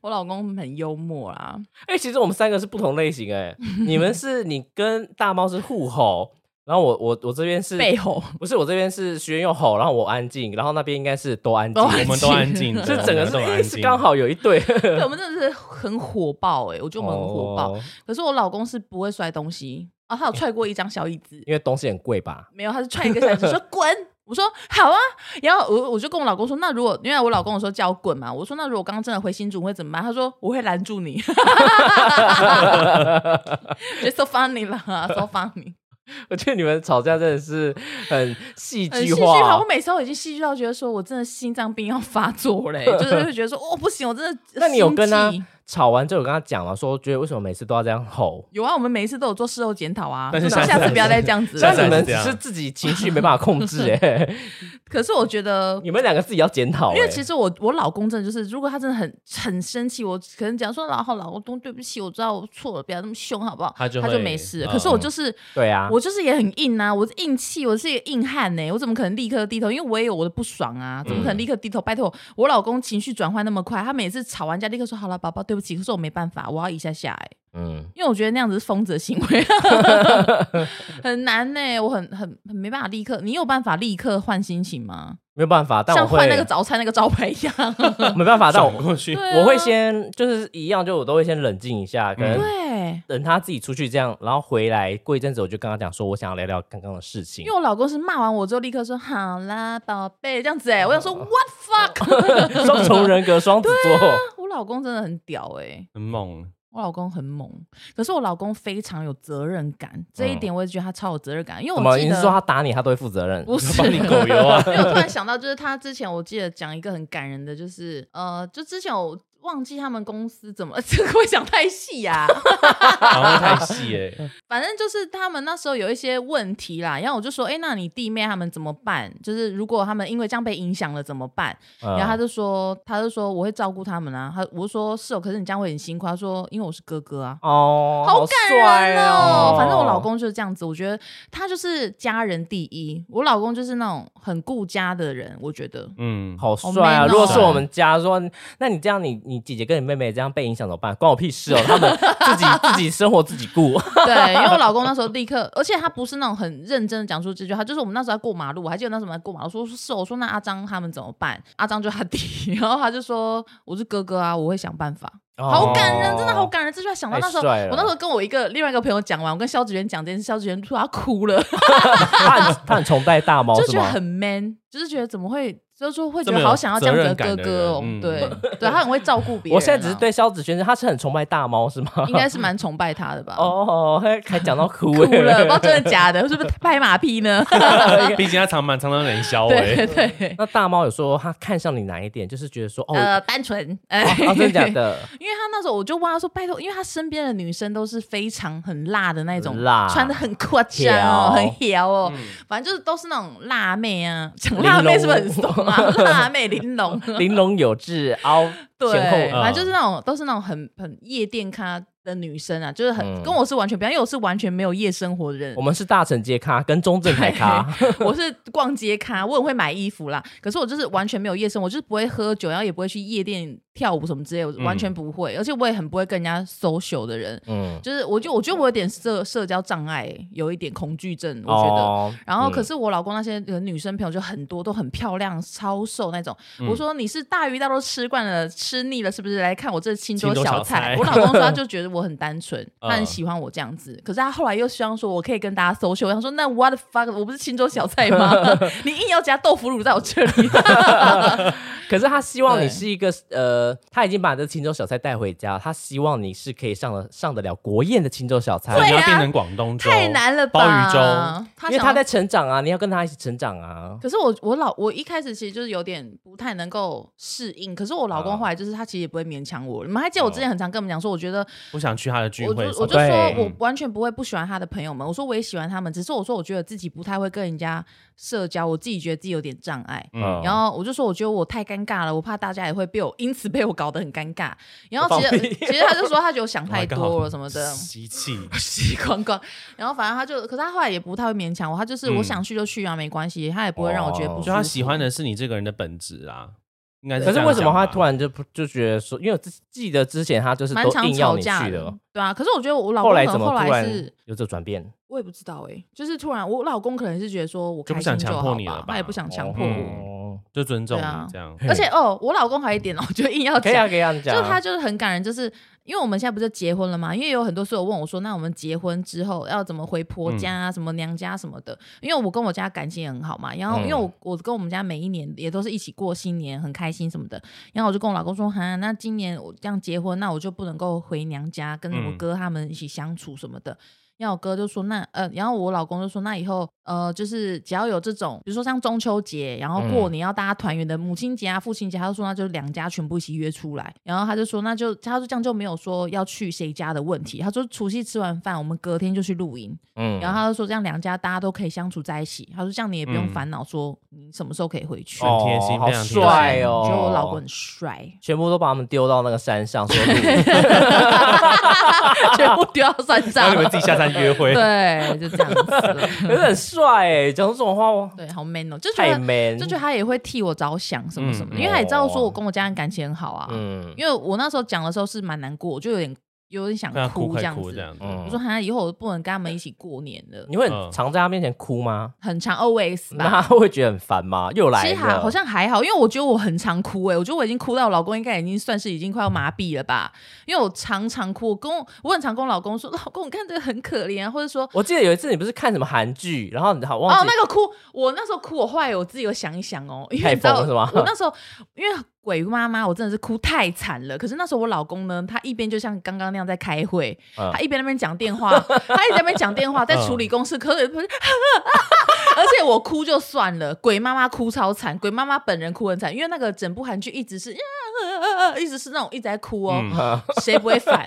我老公很幽默啦，
哎、其实我们三个是不同类型 哎、你们是你跟大猫是互吼，然后我我我这边是
背吼。
不是我这边是学友吼，然后我安静，然后那边应该是都安静
都，
我们都安静，
这整个
我们都
是
安
是
静，
刚好有一对，
对，我们真的是很火爆哎、我觉得我们很火爆。
哦
可是我老公是不会摔东西啊，他有踹过一张小椅子，
因为东西很贵吧？
没有，他是踹一个小椅子说滚。我说好啊，然后我我就跟我老公说，那如果因为我老公有时候叫我滚嘛，我说那如果我刚刚真的回新竹你会怎么办？他说我会拦住你， 觉得 so funny 啦，so funny。
我觉得你们吵架真的是很戏
很
剧
戏剧化。
化哦
我。每次都已经戏剧到觉得说我真的心脏病要发作嘞、就是会觉得说哦不行，我真的。
那你有跟他
心悸
吵完之后，有跟他讲了，说觉得为什么每次都要这样吼？
有啊？我们每一次都有做事后检讨啊，
但是
下
下次
次不要再这样子
但
下
你
了。
次
们
还
只
是这样
是自己情绪没办法控 制哎、
可是我觉得。
你们两个自己要检讨、欸。
哎
因为其实我我老公真的就是，如果他真的很很生气，我可能讲说老好老公对不起，我知道我错了，不要那么凶好不好？
他就会
没事。
嗯
可是我就是
对啊，
我就是也很硬啊，我是硬气，我是一个硬汉呢、我怎么可能立刻低头？因为我也有我的不爽啊，怎么可
嗯
能立刻低头？拜托，我老公情绪转换那么快，他每次吵完架立刻说好了，宝宝对不起，可是我没办法，我要一下下哎、
嗯，
因为我觉得那样子是疯子的行为， 很难呢、我很很很没办法立刻。你有办法立刻换心情吗？
没有办法，但
像
我会
换那个早餐那个招牌一样，
没办法，但
转
我
过去
对，啊
我会先就是一样，就我都会先冷静一
嗯
下，可能
对。
等他自己出去这样，然后回来过一阵子，我就跟他讲说，我想要聊聊刚刚的事情
因为。我老公是骂完我之后立刻说好啦，宝贝这样子哎、我想
哦
说 what fuck，
双重人格，双子座，
我老公真的很屌哎、
很猛，
我老公很猛，可是我老公非常有责任感，这一点我也觉得他超有责任感，因为我
怎嗯么？
记
你
得
是说他打 你，他都会负责任？
不是，
帮你狗油啊
因为我突然想到，就是他之前我记得讲一个很感人的，就是呃，就之前我忘记他们公司怎么， 这个会讲太细呀、
然后太细哎，
反正就是他们那时候有一些问题啦，然后我就说，哎、那你弟妹他们怎么办？就是如果他们因为这样被影响了怎么办？
嗯
然后他就说，他就说我会照顾他们啊。他我就说是哦，可是你这样会很辛苦。他说因为我是哥哥啊。
哦，
好感
帅
人
哦
哦！反正我老公就是这样子，我觉得他就是家人第一。我老公就是那种很顾家的人，我觉 得。
嗯，
好
好
帅啊！
man 哦
如果是我们家说，那你这样，你你姐姐跟你妹妹这样被影响怎么办？关我屁事哦！ 他们自己自己生活自己顾。
对，因为我老公那时候立刻，而且他不是那种很认真的讲出这句话，就是我们那时候在过马路，我还记得那时候我们在过马路，说是哦我说那阿张他们怎么办？阿张就他弟， 然后他就说我是哥哥啊，我会想办法。好感人，真的好感人，这句话想到那时候，
哦太帅了
我那时候跟我一个另外一个朋友讲完，我跟萧子源讲这件事，萧子源突然啊哭了，
人。 他很他很崇拜大猫
就是觉得
吗？
很 man，就是觉得怎么会，就是说会觉
这么
得
有
好想要这样子
责任
哥
感的
哥哦，
人嗯
对对，他很会照顾别人啊、
我现在只是对萧子轩，他是很崇拜大猫是吗？
应该是蛮崇拜他的吧。
哦，还还讲到 哭
哭
哭
了，不知道真的假的，是不是拍马屁呢？
哦
毕竟他常蛮常常冷笑
对 对
哎，
对，
那大猫有说他看上你哪一点？就是觉得说哦，
呃，单纯，哎、
哦哦真的假？的？
因为他那时候我就问他说：“拜托，因为他身边的女生都是非常很辣的那种，
很辣
穿的很夸张哦，
挑
很屌哦，反正就是都是那种辣妹啊。讲辣妹是不是很怂 啊？辣妹玲珑，啊
玲珑有致，凹
对，
前后。呃嗯
反正就是那种都是那种很很夜店咖的女生啊，就是很、
嗯
跟我是完全不一样，因为我是完全没有夜生活的人
我。们是大成街咖跟中正台 咖，
我是逛街咖，我很会买衣服啦。可是我就是完全没有夜生活，我就是不会喝酒，然后也不会去夜店跳舞什么之类，我完全不会。而且我也很不会跟人家 social 的人，
嗯，
就是我就我觉得我有点社社交障碍、有一点恐惧症，我觉得。
哦，
然后，
嗯
可是我老公那些呃女生朋友就很多，都很漂亮、超瘦那种。我说你是大鱼大肉吃惯了，吃吃腻了，是不是？来看我这清
清
粥
粥
小
小菜
我老公说他就觉得我很单纯，
嗯
他很喜欢我这样子。可是他后来又希望说我可以跟大家 social，我想说那 what the fuck，我不是清粥小菜吗？你硬要加豆腐乳在我这里，
可是他希望
对
你是一个呃，他已经把这青州小菜带回家，他希望你是可以上得上得了国宴的青州小菜
所以，你
对
要
啊
变成广东粥，
太难了吧？
鲍鱼粥，
他
因为
想
他
要
在成长啊，你要跟他一起成长啊。
可是我我老我一开始其实就是有点不太能够适应，可是我老公后来就是他其实也不会勉强我。你们还记得我之前很常跟你们讲说，我觉得
不想去他的聚
我就
会什
我
么
就
的，
说
对
我完全不会不喜欢他的朋友们，我说我也喜欢他们，只是我说我觉得自己不太会跟人家社交，我自己觉得自己有点障碍。
嗯，
然后我就说，我觉得我太尴尬了，我怕大家也会被我因此被我搞得很尴尬。然后其
放
实
屁
其实他就说他觉得我想太
然后
多
刚好
了 什么的，
吸气，
吸光光。然后反正他就，可是他后来也不太会勉强我，他就是
嗯
我想去就去啊，没关系，他也不会让我觉得不舒服。
就他喜欢的是你这个人的本质啊，应该是。
可是为什么他突
然？
然就不就觉得说，因为我记记得之前他就是
蛮
都
常
硬要
吵
你
架
去
的
的，，哦
对啊。可是我觉得我老
后
公可
来
能
怎么
后
突
来
然
是，
有这转变？
我也不知道哎、就是突然我老公可能是觉得说我开
就不
心
想
就
强
好
迫你了吧
他也不想强迫我。
嗯
哦，
就尊重
对啊
你这样？
而且哦，我老公还有一点哦， 就硬要
可以
讲
啊，，可以啊，你
就
讲啊。
是他就是很感人，就是因为我们现在不是结婚了嘛，因为有很多室友问我说，那我们结婚之后要怎么回
嗯
婆家啊，什么娘家什么的，因为我跟我家感情也很好嘛，然后
嗯
因为我我跟我们家每一年也都是一起过新年，很开心什么的，然后我就跟我老公说，哈，那今年我这样结婚，那我就不能够回娘家跟我
嗯
哥他们一起相处什么的。然后我哥就说那呃，然后我老公就说那以后呃，就是只要有这种，比如说像中秋节，然后
嗯
过年要大家团圆的母亲节啊、父亲节，他就说那就两家全部一起约出来。然后他就说那就他说这样就没有说要去谁家的问题。他说除夕吃完饭，我们隔天就去露营。
嗯
然后他就说这样两家大家都可以相处在一起。他说这样你也不
嗯
用烦恼说你什么时候可以回去。
哦很贴心
好
非常贴心
帅哦！，
觉得我老公很帅
全部都把他们丢到那个山上，说 你
全部丢到山
然后
上
你。们自己下山约会，
对，就这样子。
可是很帅哎，讲出这种话我
对，好 man 哦，就觉
太
得
man，
就觉得他也会替我着想什么什么的，
嗯
因为他也知道说
哦
我跟我家人感情很好啊。
嗯
因为我那时候讲的时候是蛮难过，我就有点有点想
快要哭
这
快
样
哭
子。
这样子。
嗯
我说好像以后我不能跟他们一起过年了，
你会
嗯
很常在他面前哭吗？
很长 always
那他
吧。
会觉得很烦吗？又来
嗯其实
了，
还好像还好，因为我觉得我很常哭哎、我觉得我已经哭到我老公应该已经算是已经快要麻痹了吧，因为我常常哭，我跟我我很常跟我老公说，老公你看这个很可怜啊，或者说
我记得有一次你不是看什么韩剧，然后你好忘
哦，
记
那个哭，我那时候哭，我后来我自己有想一想哦，因为
太
你知道
疯了是吗
我那时候因为鬼妈妈，我真的是哭太惨了。可是那时候我老公呢，他一边就像刚刚那样在开会，
嗯
他一边在那边讲电话， 他一直在那边讲电话，在处理公事，可是 而且我哭就算了，鬼妈妈哭超惨，鬼妈妈本人哭很惨，因为那个整部韩剧一直是，啊一直是那种一直在哭哦，
嗯，
谁不会烦？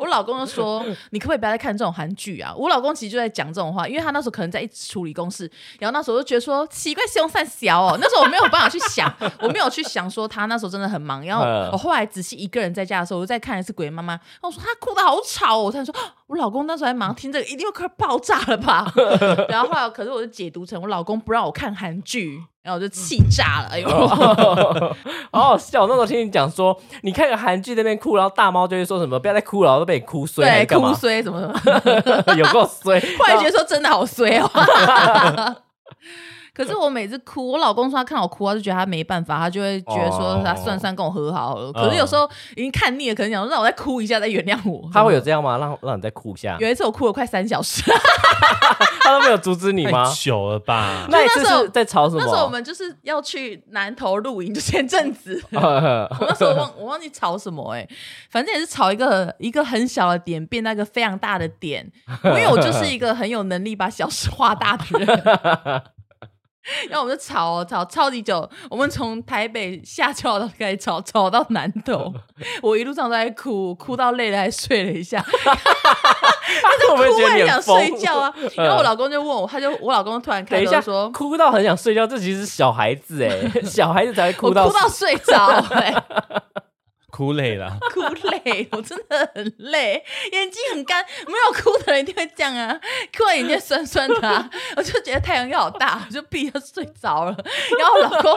我老公就说：“你可不可以不要再看这种韩剧啊？”我老公其实就在讲这种话，因为他那时候可能在一直处理公事，然后那时候我就觉得说奇怪，是用散小哦。那时候我没有办法去 想，我没有去想说他那时候真的很忙。然后
嗯
我后来仔细一个人在家的时候，我就在看一次《鬼妈妈》，然后我说他哭的好吵、哦，我才说我老公那时候还忙，听这个一定会快爆炸了吧？ 然后后来可是我就解读成我老公不让我看韩剧，然后我就气炸了，哎呦！
哦 好好笑。那时候听你讲说，你看个韩剧在那边哭，然后大猫就会说什么“不要再哭了”，然后都被你哭衰，还
对，
是干
哭
嘛？
衰什么什么。
有 够衰。
突然觉得说真的好衰哦。 可是我每次哭，我老公说他看我哭，他就觉得他没办法，他就会觉得说
哦
他算算跟我和好了。可是有时候已经看腻了，可能想说让我再哭一下，再原谅我。
他会有这样吗？让让你再哭一下，
有一次我哭了快三小时，
他都没有阻止你吗
太？久了吧？
那一次
那时候
是在吵什么？
那时候我 们就是要去南投露营，就前阵子。我
们
那时候忘我 忘记吵什么哎、反正也是吵一个一个很小的点变到一个非常大的 点，因为我就是一个很有能力把小事化大的人。 然后我们就吵哦吵超级久，我们从台北下桥到开始吵，吵到南 头，我一路上都在哭，哭到累了还睡了一下，
我们
哭
觉得
完
你
想
很疯嗯
睡觉啊。然后我老公就问我，他就我老公突然
等
开
一
口
下
说，，
哭到很想睡觉，这其实是小孩子哎， 小孩子才会
我
哭
哭
到。
到睡着、哎。
哭累了，
哭累， 我真的很累，眼睛很干，没有哭的人一定会这样啊，哭完眼睛酸酸的、啊，我就觉得太阳又好大，我就闭着睡着了。然后我老公，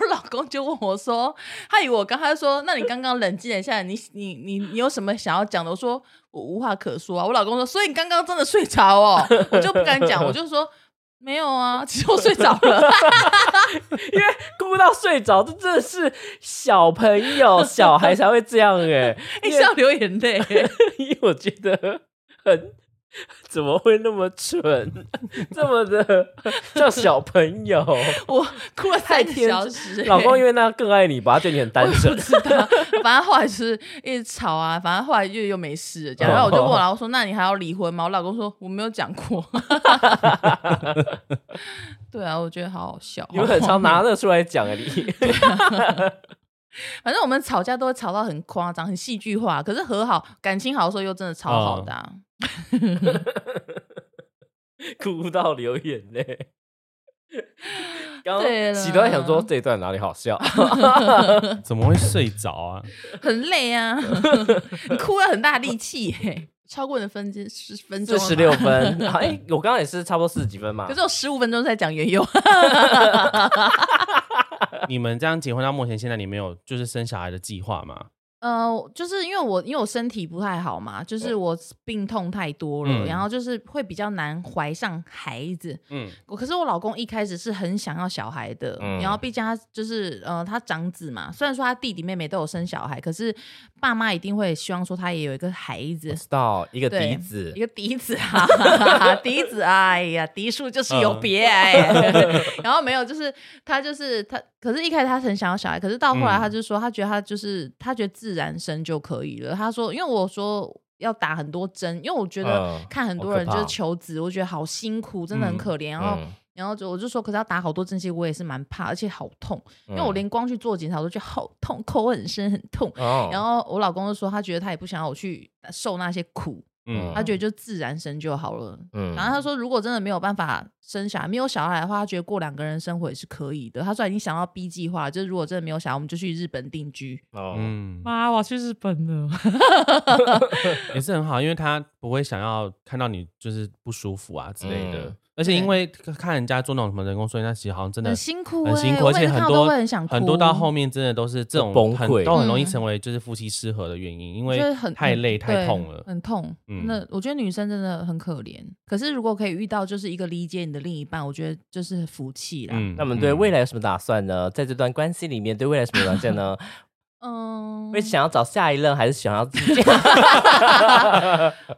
我老公就问我说，他以为我刚他就说，那你刚刚冷静了一下，你你你你有什么想要讲的？我说我无话可说啊。我老公说，所以你刚刚真的睡着哦，我就不敢讲，我就说。没有啊，其实我睡着了。
因为 哭到睡着，这真的是小朋友、小孩才会这样 哎、
一下流眼泪、
因为我觉得很怎么会那么蠢， 这么的叫小朋友？
我哭了
太
三个
天
小
真
时、
老公
欸
因为那更爱你吧，他觉得你很单纯，
反正后来就是一直吵啊，反正后来又又没事了这样。
哦
然后我就问我老公说：“那你还要离婚吗？”我老公说：“我没有讲过。” 对啊，我觉得好好笑。
你们很 常拿那出来讲啊，你
反正我们吵架都会吵到很夸张、很戏剧化，可是和好、感情好的时候又真的超好的、啊。
哦哭到流眼泪。刚
对
刚
了
喜都在想说这一段哪里 好笑，
怎么会睡着啊？
很累啊， 你哭了很大力气、欸，超过你的分之十分钟
四
了吧
十 六，分。哎、我刚刚也是差不多四十几分嘛
可。是我十五分钟在讲缘由，
你们这样结婚到目前，现在你没有就是生小孩的计划吗？
呃，就是因为我因为我身体不太好嘛，就是我病痛太多了，
嗯
然后就是会比较难怀上孩子。
嗯，
我可是我老公一开始是很想要小孩的，
嗯
然后毕竟他就是呃他长子嘛，虽然说他弟弟妹妹都有生小孩，可是爸妈一定会希望说他也有一个孩子
不。知道一个
对
笛子
一，个笛子啊， 笛子，哎呀，嫡庶就是有别
嗯
哎。 然后没有，就是他就是他，可是一开始他很想要小孩，可是到后来
嗯
他就说，他觉得他就是他觉得自然生就可以了。他说，因为我说要打很多针，因为我觉得
嗯
看很
好
多
可
人就是
怕
求子，我觉得好辛苦，真的很
嗯
可怜。然后
嗯
然后就我就说，可是要打好多针，其实我也是蛮怕，而且好痛，因为我
嗯
连光去做检查我都觉得好痛，口很深很痛。
哦
然后我老公就说，他觉得他也不想要我去受那些苦，
嗯
他觉得就自然生就好了。
嗯
然后他说，如果真的没有办法生小孩，没有小孩的话，他觉得过两个人生活也是可以的。他说已经想到 B 计划，就是如果真的没有小孩，我们就去日本定居。
哦
嗯，
妈，我要去日本了。
也是很好，因为他不会想要看到你就是不舒服啊之类的
嗯。
而且因为看人家做那种什么人工受孕，那其实好像真的
很辛苦
很
欸
辛苦，
我
而且
每次
很
看到
多
都会很想哭
多到后面真的都是这种
就崩
很
溃
都很容易
嗯
成为就是夫妻失和的原因，因
就
为
是很
太
很
累太
对
痛了。
很痛。
嗯
那我觉得女生真的很可怜，可是如果可以遇到就是一个理解你的另一半，我觉得就是福气啦。
嗯
那么对未来有什么打算呢？在这段关系里面，对未来有什么打算 呢？
嗯，
会想要找下一任，还是想要自己？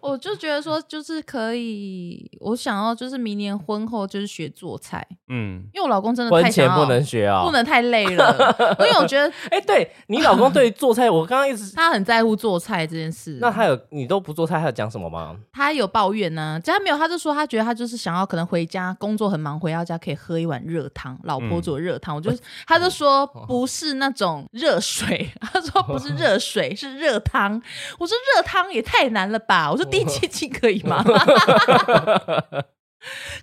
我就觉得说就是可以，我想要就是明年婚后就是学做菜，
嗯，
因为我老公真的
婚
太想
前
要
不能学啊、
不。能太累了，因为我觉得
哎、对你老公对于做菜，我刚刚一直，
他很在乎做菜这件事。
那他有你都不做菜，他有讲什么 吗？
他有抱怨呢、只要没有，他就说他觉得他就是想要可能回家工作很忙，回到家可以喝一碗热汤，老婆
嗯
煮的热汤。我
哦
就他就说不是那种热水，他说不是热水，是热汤。我说热汤也太难了吧，
哦
我说低气气可以 吗？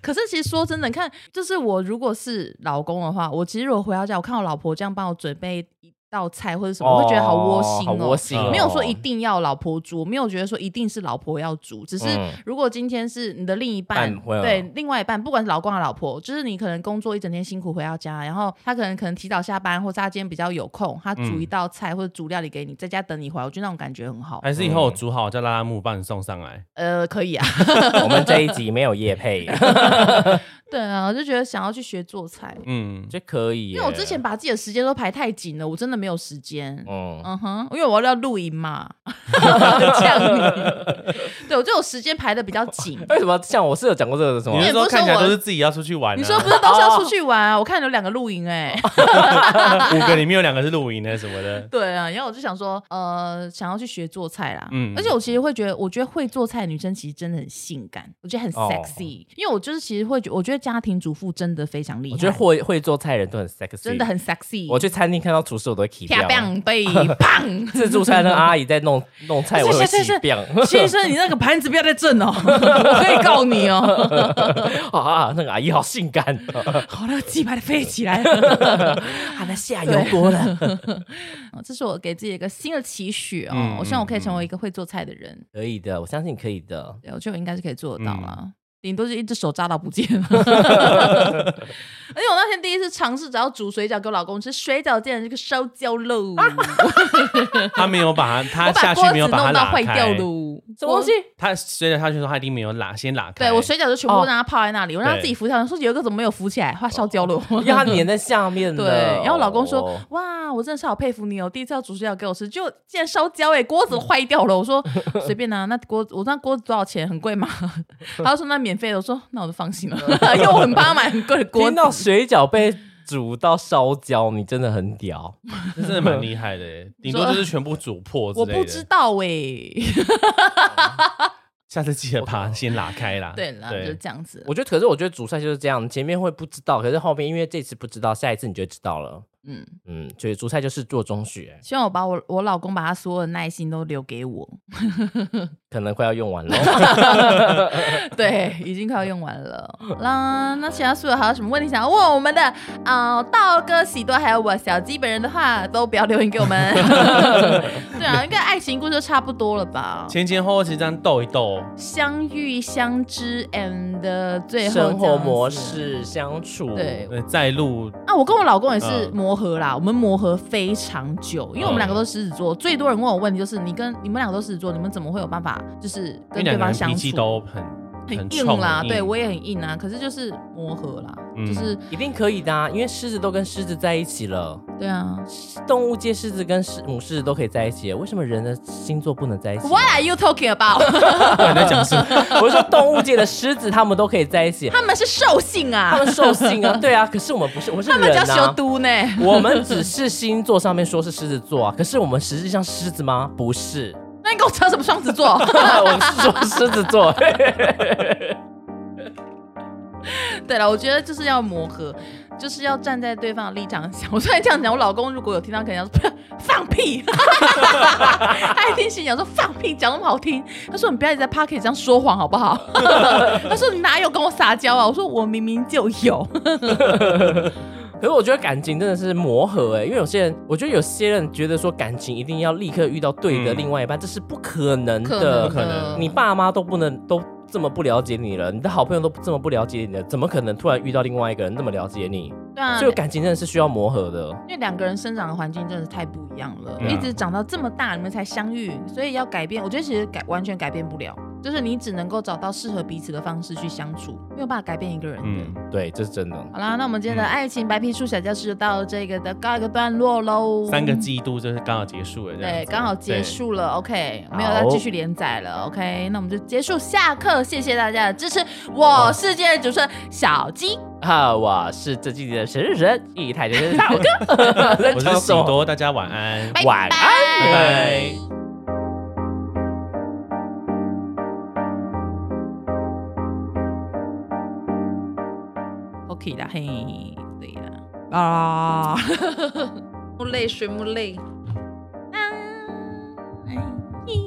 可是其实说真的，你看，就是我如果是老公的话，我其实如果回到家，我看我老婆这样帮我准备一道菜或者什么，我会觉得好窝心
好
哦，
窝心、
哦
没有说一定要老婆煮，没有觉得说一定是老婆要煮，只是
嗯
如果今天是你的另一半，
伴会啊
对另外一半，不管是老公还是老婆，就是你可能工作一整天辛苦回到家，然后他可能可能提早下班，或是他今天比较有空，他
嗯
煮一道菜、或者煮料理给你，在家等你回来，我觉得那种感觉很
嗯
好。
还是以后我煮好叫拉拉木帮你送上来。
呃，可以啊，
我们这一集没有叶配，
对啊，我就觉得想要去学做 菜，
嗯，
就可以耶。
因为我之前把自己的时间都排太紧了，我真的没有时间。
嗯，
嗯哼，因为我要露营嘛， 这样你，对我就有时间排的比较紧。
为什么像我是有讲过这个什么
你？
也
是
不
说
是
看起来
我
都是自己要出去玩啊？
你说不是都是要出去玩啊？我看有两个露营哎、？
五个里面有两个是露营的什么的
对啊，然后我就想说，呃，想要去学做菜啦。
嗯
而且我其实会觉得，我觉得会做菜的女生其实真的很性感，我觉得很
哦
sexy，、因为我就是其实会觉，我觉得家庭主妇真的非常厉害，
我觉得会会做菜的人都很 sexy，
真的。很 sexy。
我去餐厅看到厨师，我都会起
啪
掉。
bang 对砰，
自助餐的阿姨在弄 弄菜，我会起掉。
先生，你那个盘子不要再震哦，我可以告你哦。
啊，那个阿姨好性感，
好，那个鸡排飞起来了。
她在下
油
锅了。
这是我给自己一个新的期许哦，
嗯
我希望我可以成为一个会做菜的人。
可以的，我相信可以的。
对，我觉得我应该是可以做得到啊。顶多就一只手扎到不见了。 而且我那天第一次尝试，只要煮水饺给我老公吃，水饺竟然这个烧焦喽，
他没有把它，
我
啊他下
把
去
锅
没
子
有
弄
把它
到
拉
坏掉
开。
喽。
什么东西？
他随着他去说，他一定没有拉，先拉开。
对我水饺就全部
哦
让它泡在那里，我让它
对
自己浮起来。说有一个怎么没有浮起来？它烧焦了。
因为它粘在下面的。
对，然后我老公说：“
哦
哇，我真的是好佩服你哦，第一次要煮水饺给我吃，就竟然烧焦哎、锅子坏掉了。”我 说：“随便啊拿、那锅，我那锅子多少钱？很贵吗？”他就说：“那免费的。”我说：“那我就放心了，因为我很怕买很贵的锅
听
子。
到水饺被煮到烧焦，你真的很屌。
这真的蛮厉害的耶，顶多就是全部煮破”之
我
类的。
不知道哎、
下次记得把它先拉开啦。
对啦，就是这样子。
我觉得，可是我觉得煮菜就是这样，前面会不知道，可是后面因为这次不知道，下一次你就知道了。
嗯，
嗯，所以煮菜就是做中学，
希望我把我我老公把他所有的耐心都留给我。
可能快要用完了。
对，已经快要用完了。好啦，那其他所有还有什么问题想要问我们的呃道哥、喜多还有我小鸡本人的话，都不要留言给我 们。对啊，应该爱情故事就差不多了吧？
前前后后其实这样斗一斗，
相遇、相知，and 最后这
生活
样子啊
模。式相处，
对
呃再录
啊，我跟我老公也是
嗯
磨合啦，我们磨合非常久，因为我们
嗯
两个都是狮子座。最多人问我问题就是，你跟你们两个都是狮子座，你们怎么会有办法就是
因为
跟
两
对
个
方
人
相
脾气
处？
都很
很硬
冲
啦，
呃很
对
硬
我也很硬啊，可是就是磨合啦，
嗯
就是
一定可以的、啊，因为狮子都跟狮子在一起了，
对啊。
动物界狮子跟狮母狮子都可以在一起，为什么人的星座不能在一起？啊
What are you talking about？
到底在 讲什么？
我是说动物界的狮子，他们都可以在一起，
他们是兽性啊，
他们兽性啊，对啊，可是我们不是，我是
他们
人
叫修
啊。
都呢。
我们只是星座上面说是狮子座啊，可是我们实际上狮子吗？不是，
那你跟我扯什么双子座？
我是说狮子座。
对了，我觉得就是要磨合，就是要站在对方的立场想。我虽然这样讲，我老公如果有听到，可能要说 放屁，他一听心想说放屁，讲那么好听。他说你不要一直在 p a r k 这样说谎好不好？ 他说你哪有跟我撒娇啊？我说我明明就有。
可是我觉得感情真的是磨合哎、因为有些人，我觉得有些人觉得说感情一定要立刻遇到对的
嗯
另外一半，这是不可能
可能
的。
的
不可能
你爸妈都不能都这么不了解你了，你的好朋友都这么不了解你了，怎么可能突然遇到另外一个人那么了解你？
对
嗯
啊
所以感情真的是需要磨合的。
因为两个人生长的环境真的是太不一样了，
嗯
一直长到这么大你们才相遇，所以要改变，我觉得其实改完全改变不了，就是你只能够找到适合彼此的方式去相处，没有办法改变一个人的。
嗯，
对，这是真的。
好啦，那我们今天的爱情白皮书小教室就到这个的告一个段落喽。
三个季度就是刚好结束了，这样
对，
子
刚好结。
对
束了，OK，
好
没有再继续连载了，OK，那我们就结束下课，谢谢大家的支持，我是今天的主持人小鸡，
啊，我是这季的神日神，一太就是大哥。 在
我
讲
是喜
什么
多，大家晚安。
拜
晚安
拜拜
，OK 啦，嘿，对啦， 啊，木累水木累，啊，哎嘿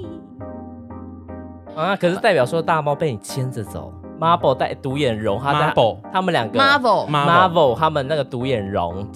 啊，可是代表说大猫被你牵着走，Marble 带独眼龙，他在
Marble
他们两个
Marvel
Marvel 他们那个独眼龙